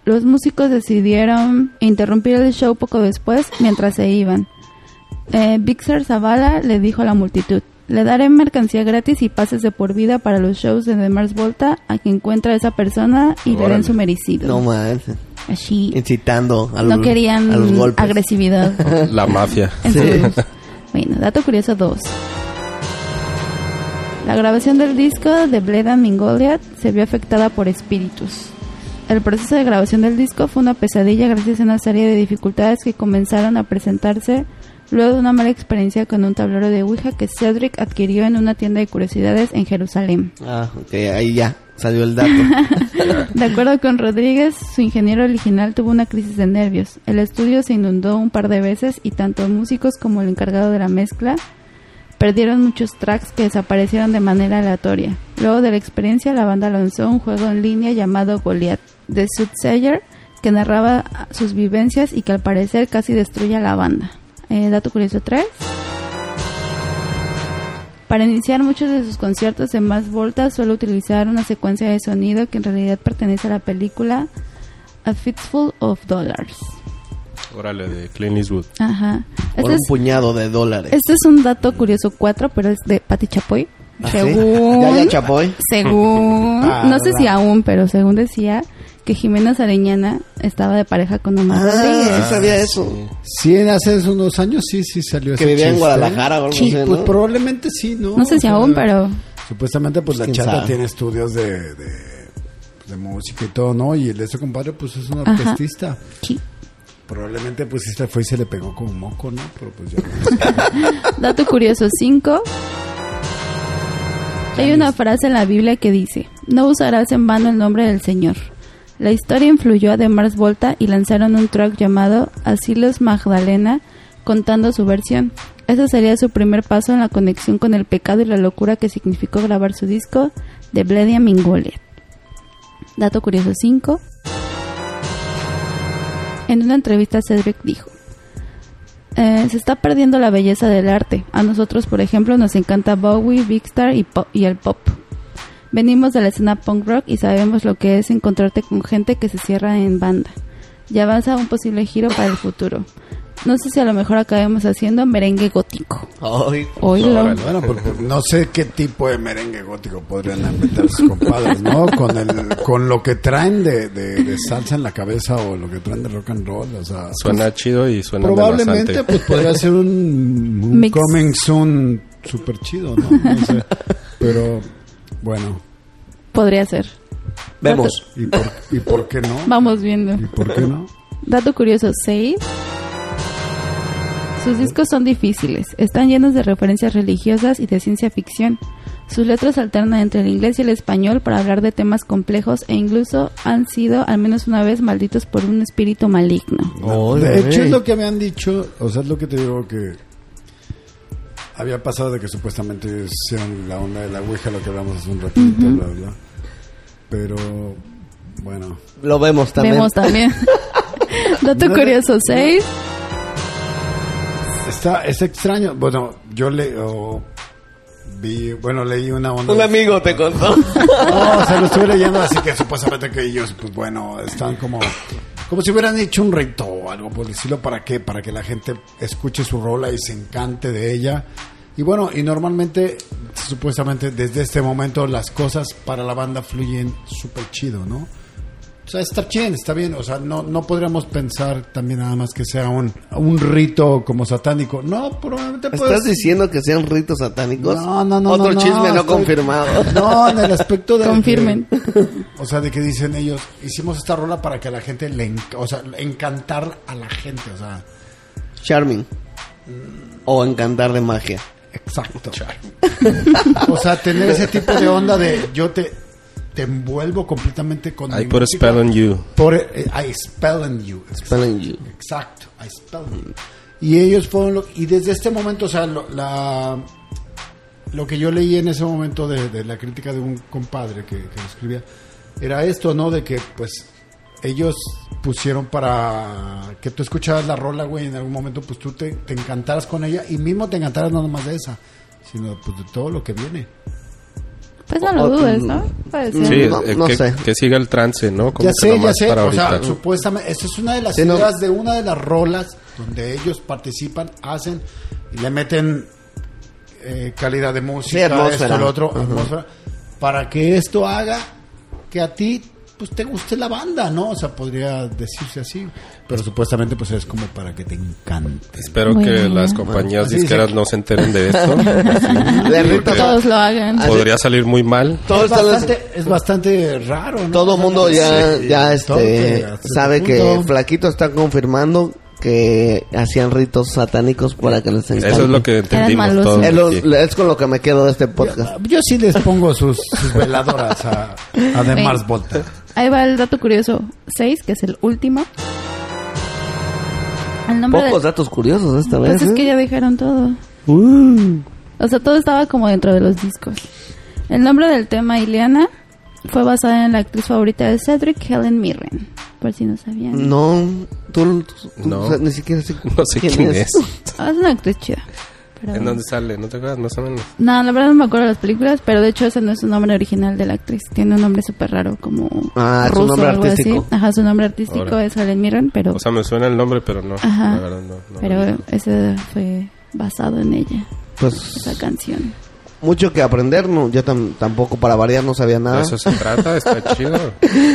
Los músicos decidieron interrumpir el show poco después mientras se iban. Eh, Bixer Zavala le dijo a la multitud, le daré mercancía gratis y pases de por vida para los shows de The Mars Volta a quien encuentra a esa persona y darán
Órale.
su merecido.
No man.
Así
Incitando a los,
no
a los
querían
golpes. (laughs)
agresividad.
La mafia.
En sus- Bueno, dato curioso 2. La grabación del disco de Blade and Goliath se vio afectada por espíritus. El proceso de grabación del disco fue una pesadilla gracias a una serie de dificultades que comenzaron a presentarse luego de una mala experiencia con un tablero de Ouija que Cedric adquirió en una tienda de curiosidades en Jerusalén.
Ah, ok, ahí ya salió el dato.
(laughs) De acuerdo con Rodríguez, su ingeniero original tuvo una crisis de nervios. El estudio se inundó un par de veces y tanto músicos como el encargado de la mezcla perdieron muchos tracks que desaparecieron de manera aleatoria. Luego de la experiencia, la banda lanzó un juego en línea llamado Goliath de Soothsayer que narraba sus vivencias y que al parecer casi destruye a la banda. Eh, dato curioso 3. Para iniciar muchos de sus conciertos en más voltas suele utilizar una secuencia de sonido que en realidad pertenece a la película A Fistful of Dollars.
Órale, de Clint Eastwood.
Ajá.
Por
Este
un
es,
puñado de dólares.
este es un dato curioso 4, pero es de Pati Chapoy.
Ah, ¿sí?
Según,
Ya, ya, Chapoy. Ah,
según, no sé si aún, pero según decía que Jimena Sariñana estaba de pareja con Omar
Ah,
Rodríguez.
sí sabía eso.
Sí, en hace unos años sí, sí salió ese
Que vivía en
chiste.
Guadalajara o algo
Sí,
así,
pues
¿no?
probablemente sí, ¿no?
No sé
Uh,
si
O sea,
aún, pero
Supuestamente, pues la
quién
chata
sabe.
tiene estudios de, de, de música y todo, ¿no? Y el de este compadre, pues es un
Ajá.
orquestista.
sí.
Probablemente, pues este fue y se le pegó como moco, ¿no? Pero pues ya. (laughs)
(laughs) Dato curioso 5. Hay una frase en la Biblia que dice, no usarás en vano el nombre del Señor. La historia influyó a De Mars Volta y lanzaron un track llamado Asilos Magdalena contando su versión. Ese sería su primer paso en la conexión con el pecado y la locura que significó grabar su disco The Bledia Mingolia. Dato curioso 5. En una entrevista Cedric dijo, eh, se está perdiendo la belleza del arte. A nosotros, por ejemplo, nos encanta Bowie, Big Star y, po- y el pop. Venimos de la escena punk rock y sabemos lo que es encontrarte con gente que se cierra en banda. Ya avanza un posible giro para el futuro. No sé si a lo mejor acabemos haciendo merengue gótico.
Ay,
Oílo.
Bueno, pero, pues, no sé qué tipo de merengue gótico podrían inventar sus compadres, ¿no? Con, el, con lo que traen de, de- de salsa en la cabeza o lo que traen de rock and roll, o sea.
Suena chido y suena
Probablemente,
amenazante.
pues podría ser un, un
(laughs) Mix.
coming soon súper chido, ¿no? No sé. Pero, bueno,
Podría ser.
vemos.
¿y por, y por qué no?
Vamos viendo.
¿Y por qué no?
Dato curioso 6. Sus discos son difíciles, están llenos de referencias religiosas y de ciencia ficción. Sus letras alternan entre el inglés y el español para hablar de temas complejos e incluso han sido al menos una vez malditos por un espíritu maligno.
de hecho, es lo que me han dicho, o sea, es lo que te digo que había pasado de que supuestamente hicieron la onda de la Ouija, lo que hablamos hace un ratito, bla, bla. Pero, bueno,
Lo vemos también.
Vemos también. Dato
No,
curioso 6.
está, es extraño. Bueno, yo le, o vi, bueno, leí una onda.
Un amigo te contó. (laughs)
No, o sea, Oh, lo estuve leyendo así que supuestamente que ellos, pues bueno, están como... Como si hubieran hecho un rito o algo por decirlo, ¿para qué? Para que la gente escuche su rola y se encante de ella. Y bueno, y normalmente, supuestamente, desde este momento las cosas para la banda fluyen súper chido, ¿no? O sea, está bien, está bien. O sea, no, no podríamos pensar también nada más que sea un, un rito como satánico. No, probablemente
¿Me
puede
¿Estás
ser-
diciendo que sean ritos satánicos?
no, no, no.
Otro
no, no,
chisme no
estoy-
confirmado.
(laughs) No, en el aspecto de.
Confirmen.
o sea, de que dicen ellos, hicimos esta rola para que a la gente le. enc- o sea, encantar a la gente, o sea.
Charming. O encantar de magia.
Exacto. o sea, tener ese tipo de onda de yo te, te envuelvo completamente con.
I
mi
put a
música.
spell on you.
Por, eh, I spell on you.
Spelling you.
Exacto, I spell it. Y ellos fueron lo- y desde este momento, o sea, lo, la, lo que yo leí en ese momento de, de la crítica de un compadre que, que lo escribía era esto, ¿no? De que pues ellos pusieron para que tú escuchabas la rola, güey, y en algún momento pues tú te, te encantaras con ella y mismo te encantaras no nomás de esa, sino pues de todo lo que viene.
Pues no lo
Otro-
dudes, Mm, ¿no? Puede ser.
Sí,
No,
eh,
no
que,
sé.
que siga el trance, ¿no? Como
Ya
que
sé, ya
nomás
sé.
para
O sea,
ahorita.
supuestamente, esta es una de las
Sí, no.
ideas de una de las rolas donde ellos participan, hacen y le meten eh, calidad de música,
Sí, atmósfera.
esto, lo otro,
Ajá.
atmósfera, para que esto haga que a ti pues te guste la banda, ¿no? O sea, podría decirse así. Pero supuestamente, pues es como para que te encante.
Espero
Bueno.
que las compañías
Así dice.
disqueras no se enteren de esto.
La neta,
Porque
Todos lo
(laughs)
hagan.
Así-
podría salir muy mal.
todo
es,
está-
bastante, es bastante raro, ¿no?
todo mundo ya,
Sí,
ya
todo que
este,
hasta
sabe
ese
que
punto.
Flaquito está confirmando que hacían ritos satánicos para que les encante.
Eso es lo que entendimos
malos.
todos.
Es, lo-
aquí.
es con lo que me quedo de este podcast.
Ah,
Yo sí les pongo sus, sus veladoras a, a The
Ven.
Mars Volta.
Ahí va el dato curioso 6, que es el último. El nombre
Pocos
del-
datos curiosos esta vez.
Pues es
¿eh? Uh.
que ya dejaron todo. O sea, todo estaba como dentro de los discos. El nombre del tema Ileana fue basada en la actriz favorita de Cedric, Helen Mirren. Por si no sabían.
No, tú, tú- tú-
No.
o sea, ni siquiera sé,
(laughs) No sé quién es.
Ah, es una actriz chida. Pero
¿En
bueno.
dónde sale? ¿No te acuerdas? Más o menos.
No, la verdad no me acuerdo de las películas, pero de hecho ese no es su nombre original de la actriz. Tiene un nombre súper raro, como
Ah, es su
ruso
nombre
o algo
artístico.
así. Ajá, su nombre artístico
Ahora.
es Helen Mirren, pero,
O sea, me suena el nombre, pero no.
Ajá.
La verdad, no. no lo
pero
ubico.
ese fue basado en ella,
Pues
esa canción.
mucho que aprender, no, yo tam- tampoco para variar no sabía
De
nada.
eso se trata, está chido.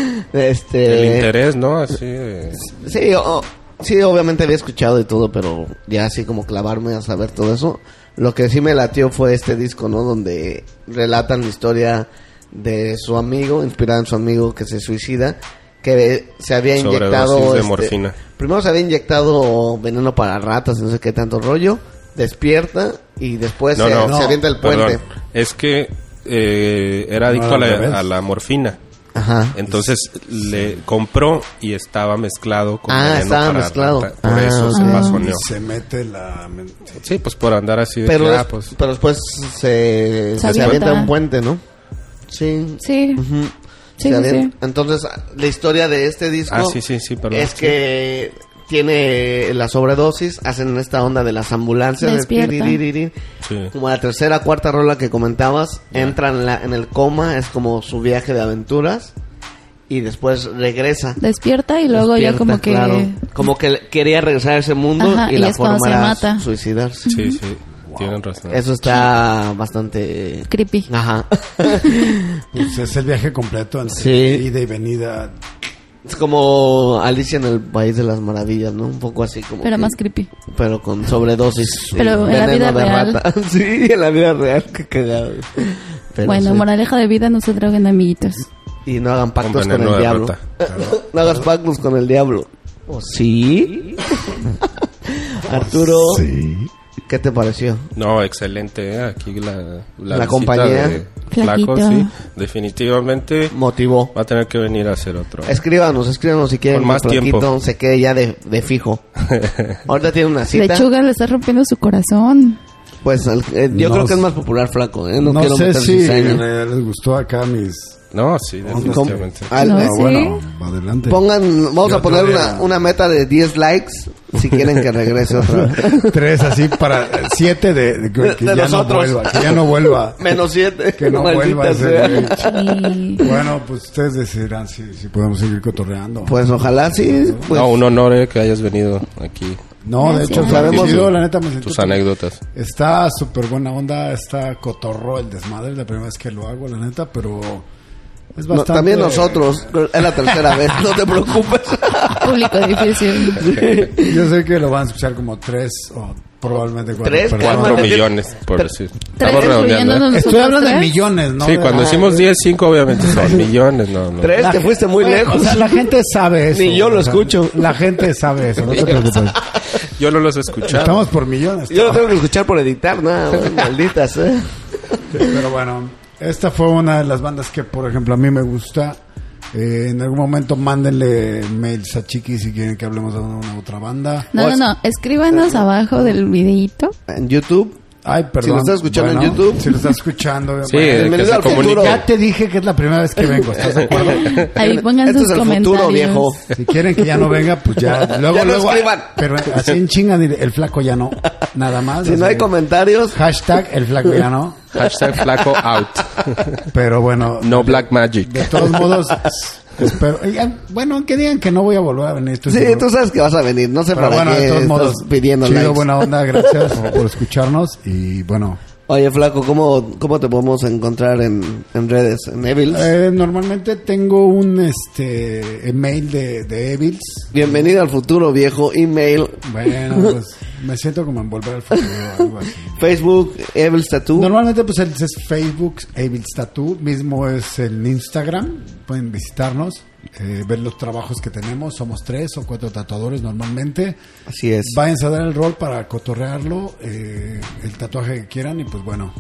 El
(laughs) Este,
interés, ¿no? Así de-
sí, o- sí, obviamente había escuchado y todo, pero ya así como clavarme a saber todo eso. Lo que sí me latió fue este disco, ¿no? Donde relatan la historia de su amigo, inspirada en su amigo que se suicida, que se había inyectado
Sobredosis de
este,
morfina.
Primero se había inyectado veneno para ratas, no sé qué tanto rollo. Despierta y después
No,
Pues se,
no.
se avienta el puente.
Perdón. Es que eh, era adicto
No,
a,
al revés.
la, a la morfina.
Ajá.
Entonces le compró y estaba mezclado con
Ah,
veneno
estaba
para
mezclado.
rata. Por
Ah,
eso se
ok.
bajoneó.
Se mete la... men- sí.
Sí, pues por andar así de
Pero,
que,
des-
ah, pues,
pero después se,
Se
se
avienta.
avienta un puente, ¿no? Sí.
Sí,
Ujú. Se
Sí, sí,
avien-
sí.
Entonces, la historia de este disco
Ah, sí, sí, sí, perdón.
es que tiene la sobredosis, hacen esta onda de las ambulancias, de
Despierta.
tiririririr.
Sí.
como la tercera, cuarta rola que comentabas, entran en, la- en el coma, es como su viaje de aventuras y después regresa.
despierta y luego ya
Despierta,
como que...
claro. como que le- quería regresar a ese mundo
Ajá,
y,
y
la
es cuando
forma
se
era
mata.
suicidarse.
sí, sí, tienen razón.
Eso está bastante
Creepy.
Ah,
(laughs)
Ajá.
Pues es el viaje completo entre
Sí.
ida y venida.
Es como Alicia en el País de las Maravillas, ¿no? Un poco así como.
Pero
que-
más creepy.
Pero con sobredosis.
(laughs) Pero
y
en la
veneno
vida
de
real.
rata. (laughs) sí, en la vida real. Qué cagado. Pero
bueno,
sí.
moraleja de vida, no se droguen amiguitos.
Y no hagan
Con
pactos con
veneno
el
de
diablo.
rata.
no hagas pactos con el diablo. ¿O sí? (laughs) Arturo,
Sí.
¿qué te pareció?
No, excelente. ¿eh? Aquí la, la, visita
compañía.
de Flaco,
Flaquito.
sí. Definitivamente
Motivó.
va a tener que venir a hacer otro.
Escríbanos, escríbanos si quieren
Con más
que Plaquito
tiempo.
se quede ya de,
(laughs)
de fijo. Ahorita tiene una cita.
Lechuga le está rompiendo su corazón.
Pues al- eh, yo
No
creo que es
sé.
más popular flaco, ¿eh? No,
No,
quiero
sé
meter
si en
cizaña.
realidad les gustó acá mis...
No, sí,
Com-
definitivamente.
al-
No,
eh,
sí.
ah, Bueno, adelante.
Pongan, vamos
Yo
a poner
todavía-
una, una meta de 10 likes si quieren que regrese otra
(laughs)
vez.
Tres así para... Siete de, de- que,
De-
que
de
ya no
nosotros.
vuelva. Que ya
(laughs)
no vuelva.
Menos 7.
Que no vuelva ese güey.
(laughs)
Y...
Bueno, pues ustedes decidirán si, si podemos seguir cotorreando.
Pues ojalá sí. Pues,
no, un honor eh, que hayas venido aquí.
no, de hecho,
Gracias.
fue
Sabemos-
chido, la neta me sentí-
Tus anécdotas.
Está súper buena onda, está cotorro el desmadre, la primera vez que lo hago, la neta, pero es
no,
bastante...
también nosotros. Es la tercera vez, no te preocupes.
(laughs)
Público difícil.
Yo sé que lo van a escuchar como tres o probablemente cuatro.
Tres,
pero
cuatro.
no.
Cuatro
Pero-
millones, por
pero-
decir. Estamos
Tres,
redondeando.
incluyéndonos
¿eh?
Estoy
nosotros
hablando de
tres.
millones, ¿no?
Sí, cuando
Ah,
decimos 10, 5 obviamente
(laughs)
son millones, no, no.
Tres, te fuiste muy
bueno,
lejos.
O sea, la gente sabe eso.
Ni yo lo
o sea,
escucho.
La gente sabe eso,
(laughs)
no te preocupes.
Yo no los he escuchado.
Estamos por millones.
Yo lo tengo que escuchar por editar, nada, más, malditas. ¿eh?
Pero bueno, esta fue una de las bandas que, por ejemplo, a mí me gusta. Eh, en algún momento mándenle mails a Chiqui si quieren que hablemos de una, una otra banda.
No, no, no. Escríbanos abajo del videíto.
En YouTube.
Ay, perdón.
Si lo estás escuchando en YouTube.
Si lo estás escuchando.
Sí,
bueno.
eh, que
Bienvenido
se
al futuro.
comunique.
ya te dije que es la primera vez que vengo, ¿estás de acuerdo?
Ahí pongan
este
sus
es el
comentarios.
futuro, viejo.
Si quieren que ya no venga, pues ya.
(laughs)
Luego,
Ya no
luego.
escriban.
Pero así en chinga, dile, el flaco ya no. Nada más.
Si
o
no
sea,
hay comentarios,
Hashtag el flaco ya no.
Hashtag flaco out.
Pero bueno.
No black
De
magic.
todos modos, espero. y, ah, bueno, aunque digan que no voy a volver a venir. estoy
sí,
seguro.
tú sabes que vas a venir. No sé
Pero
para
bueno,
qué
de todos
estás
modos,
pidiendo
chido,
likes.
buena onda, gracias por escucharnos y bueno,
Oye, Flaco, ¿cómo, cómo te podemos encontrar en, en redes? ¿En Evils?
Eh, normalmente tengo un este email de, de Evils.
Bienvenido al futuro, viejo. Email, (laughs)
Bueno, pues me siento como en volver al futuro o algo así.
Facebook, Evils Tattoo.
Normalmente pues el- es Facebook, Evil Tattoo, mismo es el Instagram, pueden visitarnos, eh, ver los trabajos que tenemos, somos tres o cuatro tatuadores normalmente.
Así es.
Váyanse a dar el rol para cotorrearlo, eh, el tatuaje que quieran y pues bueno,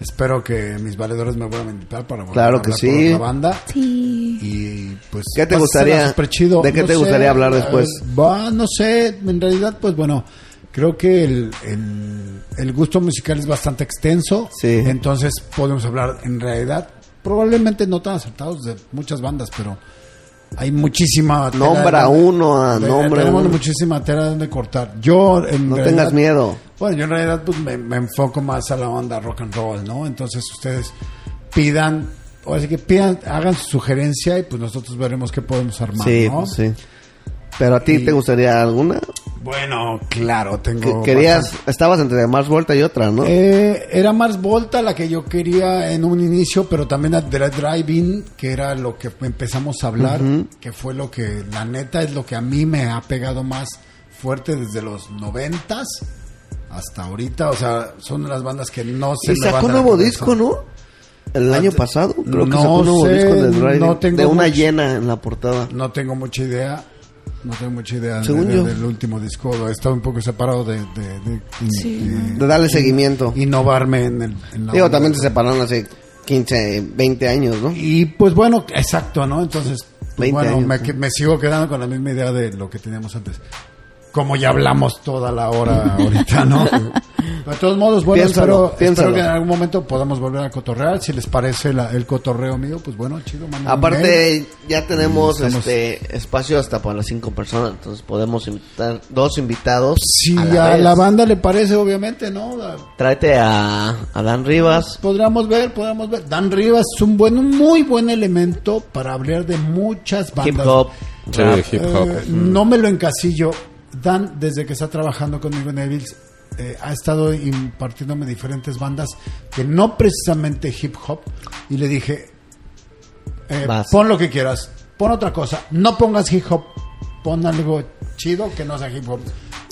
espero que mis valedores me vuelvan a invitar para volver
Claro
a
que
hablar
sí.
con la banda.
Sí.
Y pues.
¿Qué te
pásela
gustaría-
súper chido.
de qué te gustaría hablar después?
eh, va, no sé. En realidad, pues bueno, creo que el, el- el gusto musical es bastante extenso.
Sí.
Entonces podemos hablar en realidad, probablemente no tan acertados de muchas bandas, pero. Hay muchísima. tela
Nombra
de-
uno, ah,
de-
nombra
Tenemos
uno.
muchísima tela donde cortar. Yo, en
No
realidad,
tengas miedo.
bueno, yo en realidad pues, me, me enfoco más a la onda rock and roll, ¿no? Entonces ustedes pidan, o así que pidan, hagan su sugerencia y pues nosotros veremos qué podemos armar,
Sí,
¿no?
pues sí. Pero a ti te gustaría alguna?
Bueno, claro,
Que-
tengo...
Querías,
bastante-
estabas entre Mars Volta y otra, ¿no?
Eh, era Mars Volta la que yo quería en un inicio, pero también a Dra- Driving, que era lo que empezamos a hablar, que fue lo que, la neta, es lo que a mí me ha pegado más fuerte desde los noventas hasta ahorita. O sea, son las bandas que no se
y
me van
sacó
de la
nuevo
cabeza.
disco, ¿no? El año pasado, creo que
no
sacó un nuevo
sé,
disco de Drive.
no tengo
de una
mucho-
llena en la portada.
No tengo mucha idea. No tengo mucha idea de-
Según
de-
yo.
del último disco. He estado un poco separado de, de- de- de-
Sí.
de
De darle seguimiento.
innovarme en, el, en la
Digo,
onda.
también se separaron hace 15, 20 años, ¿no?
Y pues bueno, exacto, ¿no? Entonces, pues,
20
bueno,
años,
me,
¿no?
que- me sigo quedando con la misma idea de lo que teníamos antes. Como ya hablamos toda la hora
(laughs)
ahorita, ¿no? Pero De todos modos, bueno,
Piénsalo,
espero, espero
piénsalo.
que en algún momento podamos volver a cotorrear. Si les parece la- el cotorreo mío, pues bueno, chido, manden un mail.
Aparte, ya tenemos
Estamos-
este espacio hasta para las cinco personas, entonces podemos invitar dos invitados.
Si
a
a
la
la,
vez.
banda le parece, obviamente, ¿no? La-
Tráete a, a Dan Rivas.
Podríamos ver, podríamos ver. Dan Rivas es un buen, un muy buen elemento para hablar de muchas bandas.
Hip hop.
Sí,
rap.
hip hop.
Eh, no me lo encasillo. Dan, desde que está trabajando conmigo en Evils, eh, ha estado impartiéndome diferentes bandas que no precisamente hip hop. Y le dije, eh,
Vas.
pon lo que quieras, pon otra cosa, no pongas hip hop, pon algo chido que no sea hip hop.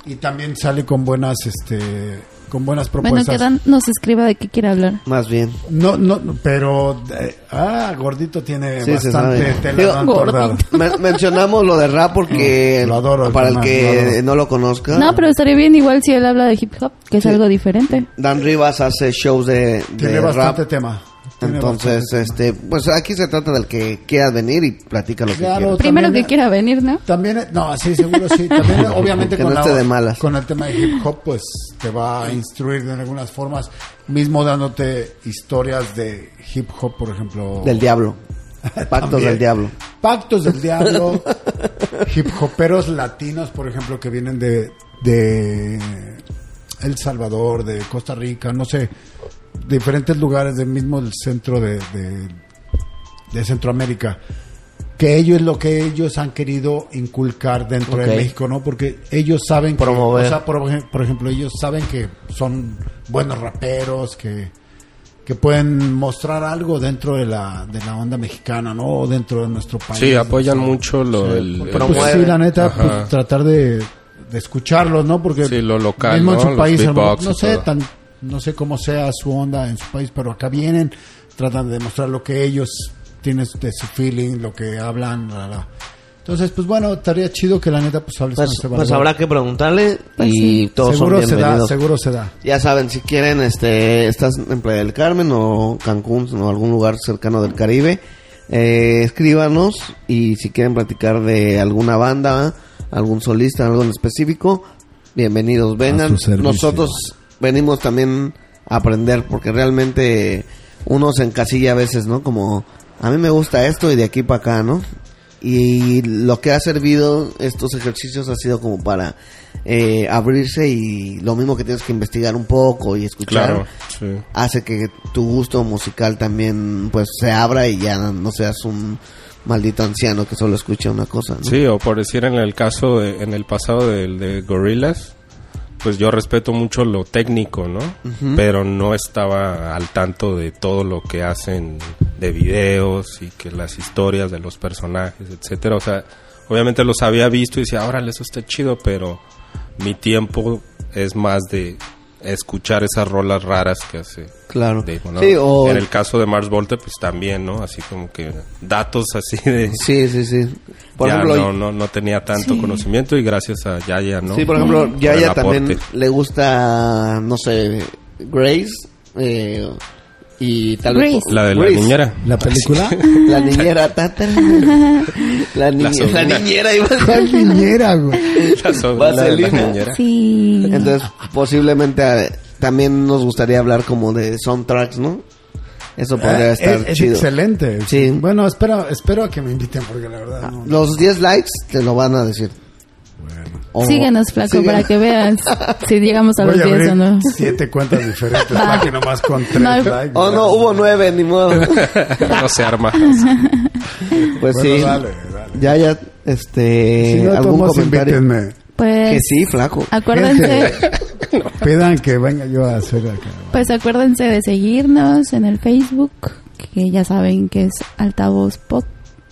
Y también sale con buenas, este, con buenas
Bueno,
propuestas.
que Dan nos escriba de qué quiere hablar.
Más bien.
No, no, no, pero eh, ah, gordito tiene
Sí, se
bastante
sabe.
tela
Digo,
no entornada.
Men- mencionamos lo de rap porque
Mm, (laughs) lo adoro,
para el
además,
que
lo adoro.
no lo conozca,
No, pero estaría bien igual si él habla de hip hop, que es algo diferente.
Dan Rivas hace shows de,
Tiene
de
bastante
rap.
tema. tiene
Entonces,
bastante tema.
este, pues aquí se trata del que quiera venir y platica lo
Claro.
que quiera.
Primero
también-
que quiera venir, ¿no?
También, eh, no, sí, seguro sí.
(laughs)
También, obviamente,
Que no
con, la-
esté de malas.
con el tema de hip hop, pues te va a instruir de algunas formas, mismo dándote historias de hip hop, por ejemplo.
Del
(laughs)
diablo. Pactos
También.
del diablo.
Pactos
(laughs)
del Diablo, hip hoperos latinos, por ejemplo, que vienen de, de El Salvador, de Costa Rica, no sé, diferentes lugares del mismo centro de, de, de Centroamérica. Que ellos lo que ellos han querido inculcar dentro
Ok.
de México, ¿no? Porque ellos saben que-
Promover.
o sea, por, ej- por ejemplo, ellos saben que son buenos raperos, que, que pueden mostrar algo dentro de la, de la onda mexicana, ¿no? O dentro de nuestro país.
Sí, apoyan
O sea,
mucho lo
porque,
del...
pues,
el-
promueven.
sí, la neta,
Ajá.
pues, tratar de, de escucharlos, ¿no? Porque
Sí, lo local,
mismo en
¿no?
su
Los
país, a lo mejor,
beatbox y
no sé,
todo.
tan, no sé cómo sea su onda en su país, pero acá vienen, tratan de demostrar lo que ellos tienen de su feeling, lo que hablan, la, la. Entonces, pues bueno, estaría chido que la neta pues hables
Pues,
con este
pues
valedor.
habrá que preguntarle
Pues
y
sí.
todos
seguro
son
se da,
bienvenidos. ¿Ah,
seguro se da.
Ya saben, si quieren, este, estás en Playa del Carmen o Cancún o algún lugar cercano del Caribe, eh, escríbanos y si quieren platicar de alguna banda, algún solista, algo en específico, bienvenidos, vengan.
tu servicio.
Nosotros venimos también a aprender porque realmente uno se encasilla a veces, ¿no? Como, a mí me gusta esto y de aquí para acá, ¿no? Y lo que ha servido estos ejercicios ha sido como para eh, abrirse y lo mismo que tienes que investigar un poco y escuchar
Claro, sí.
hace que tu gusto musical también pues se abra y ya no seas un maldito anciano que solo escucha una cosa. ¿no?
Sí, o por decir en el caso, de- en el pasado del de Gorillaz, pues yo respeto mucho lo técnico, ¿no? Pero no estaba al tanto de todo lo que hacen de videos y que las historias de los personajes, etcétera. O sea, obviamente los había visto y decía, órale, eso está chido, pero mi tiempo es más de escuchar esas rolas raras que hace.
Claro.
Dave, ¿no?
Sí, o-
En el caso de Mars Volta, pues también, ¿no? Así como que datos así de...
Sí, sí, sí. Por
ya
ejemplo,
no, no, no tenía tanto
Sí.
conocimiento y gracias a Yaya, ¿no?
Sí, por ejemplo,
Por
ya
el
ella
aporte.
también le gusta, no sé, Grace eh, y tal vez...
Grace.
La de la
Grace.
niñera.
(laughs)
¿La película?
La
(laughs)
niñera, tata. La, niñe-
sobrina.
la niñera iba a
¿Cuál niñera, güey?
La sobrina de la
Vaselina.
niñera.
Sí.
Entonces, posiblemente eh, también nos gustaría hablar como de soundtracks, ¿no? Eso podría
Eh,
estar
es, es
chido.
excelente.
Sí.
Bueno, espero, espero a que me inviten porque la verdad no.
Ah, Los 10 likes te lo van a decir. O-
Síguenos, flaco,
síguenos.
para que veas si
(laughs)
llegamos a los
Voy a
10
abrir
o no.
siete cuentas diferentes para que nomás con tres
No,
likes.
Oh, no, hubo 9, ni modo.
(laughs) (laughs) no se arma.
Pues
Bueno,
sí.
dale, dale.
Ya, ya, este...
si no,
algún
todos
comentario.
invítenme.
Pues
Que sí, flaco. (laughs)
acuérdense,
Pidan que venga yo a hacer acá.
pues acuérdense de seguirnos en el Facebook, que ya saben que es Altavoz Pod.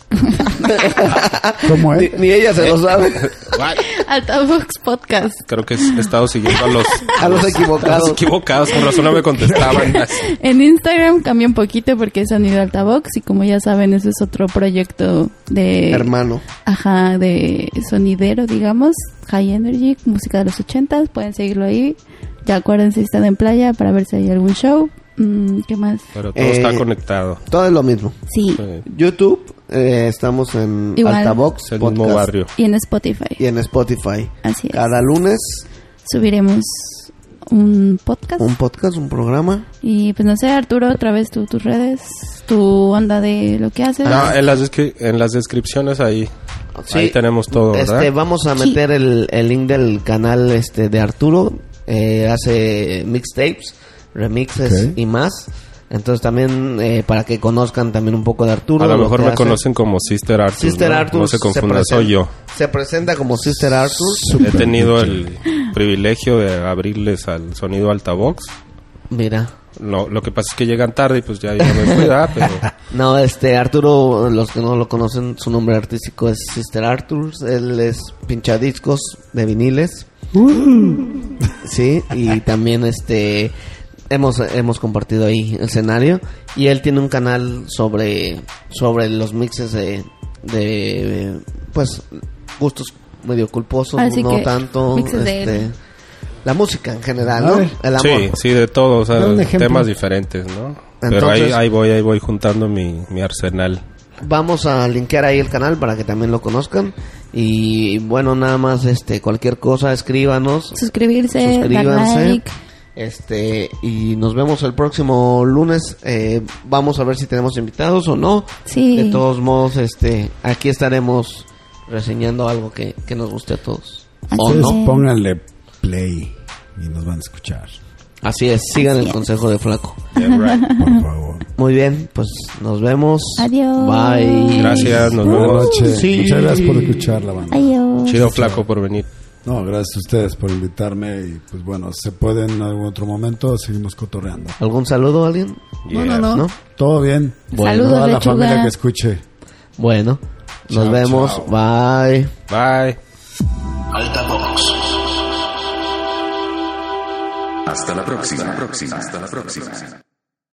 (laughs)
¿Cómo
Ni,
es? Eh,
ni ella se lo sabe.
Guay.
Altavoz Podcast.
Creo que he estado siguiendo a los,
(laughs) A los equivocados.
equivocados. Con razón no me
(laughs)
contestaban.
En Instagram cambié un poquito porque es sonido altavoz y como ya saben, eso es otro proyecto de
Hermano.
Ajá, de sonidero, digamos, High Energy, música de los ochentas, pueden seguirlo ahí. Ya acuérdense, están en playa para ver si hay algún show. Mm, ¿Qué más?
Pero todo
Eh,
está conectado.
Todo es lo mismo.
Sí,
Eh,
YouTube, eh, estamos en
Igual.
Altavox,
Es el mismo
Podcast
barrio.
y en Spotify.
y en Spotify.
Así es.
Cada lunes,
Subiremos un podcast.
un podcast, un programa.
Y pues no sé, Arturo, otra vez tú, tus redes, tu onda de lo que haces.
Ah,
No,
eh,
en las, descri- en las descripciones ahí. Ahí tenemos todo, ¿verdad?
Este, vamos a
Sí.
meter el, el link del canal este de Arturo. Eh, hace mixtapes, remixes
Ok.
y más. Entonces también eh, para que conozcan también un poco de Arturo.
A lo
que
mejor me
hace.
conocen como Sister Arthur.
Sister
¿no?
Arthur.
No se confundan,
presen-
soy yo.
Se presenta como Sister Arthur.
He tenido el privilegio de abrirles al sonido altavox.
Mira.
Lo, lo que pasa es que llegan tarde y pues ya yo no me fui, ¿verdad? pero
No, este Arturo, los que no lo conocen, su nombre artístico es Sister Arthur. Él es pinchadiscos de viniles.
Uh.
Sí, y también este hemos hemos compartido ahí el escenario y él tiene un canal sobre sobre los mixes de de pues gustos medio culposos,
Así
no
que,
tanto
mixes de
este,
él.
la música en general,
A
¿no?
ver.
(laughs) El amor.
sí, sí, de todo, o sea,
Dame un ejemplo.
temas diferentes, ¿no? Pero
Entonces-
ahí, ahí voy, ahí voy juntando mi, mi arsenal.
Vamos a linkear ahí el canal para que también lo conozcan. Y bueno, nada más, este, cualquier cosa, escríbanos,
Suscribirse, dar
suscríbanse.
like.
Este, y nos vemos el próximo lunes. Eh, vamos a ver si tenemos invitados o no.
Sí.
De todos modos, este, aquí estaremos reseñando algo que, que nos guste a todos. O
Así
Ustedes
no.
es.
pónganle play y nos van a escuchar.
Así es, sigan
Así
el
es.
consejo de Flaco.
Yeah, right.
Por favor.
Muy bien, pues nos vemos.
Adiós.
Bye.
Gracias, nos
Buenas
vemos.
noches.
Oh, sí.
Muchas gracias por escuchar la banda.
Adiós.
Chido flaco por venir.
No, gracias a ustedes por invitarme y pues bueno, se puede en algún otro momento, seguimos cotorreando.
¿Algún saludo a alguien?
Yeah.
¿No?
Todo bien.
Saludos,
Toda la
lechuga.
familia que escuche.
Bueno, nos
Chao,
vemos.
chao.
Bye.
Bye.
Altavox. Hasta la próxima. Hasta la próxima. Hasta la próxima.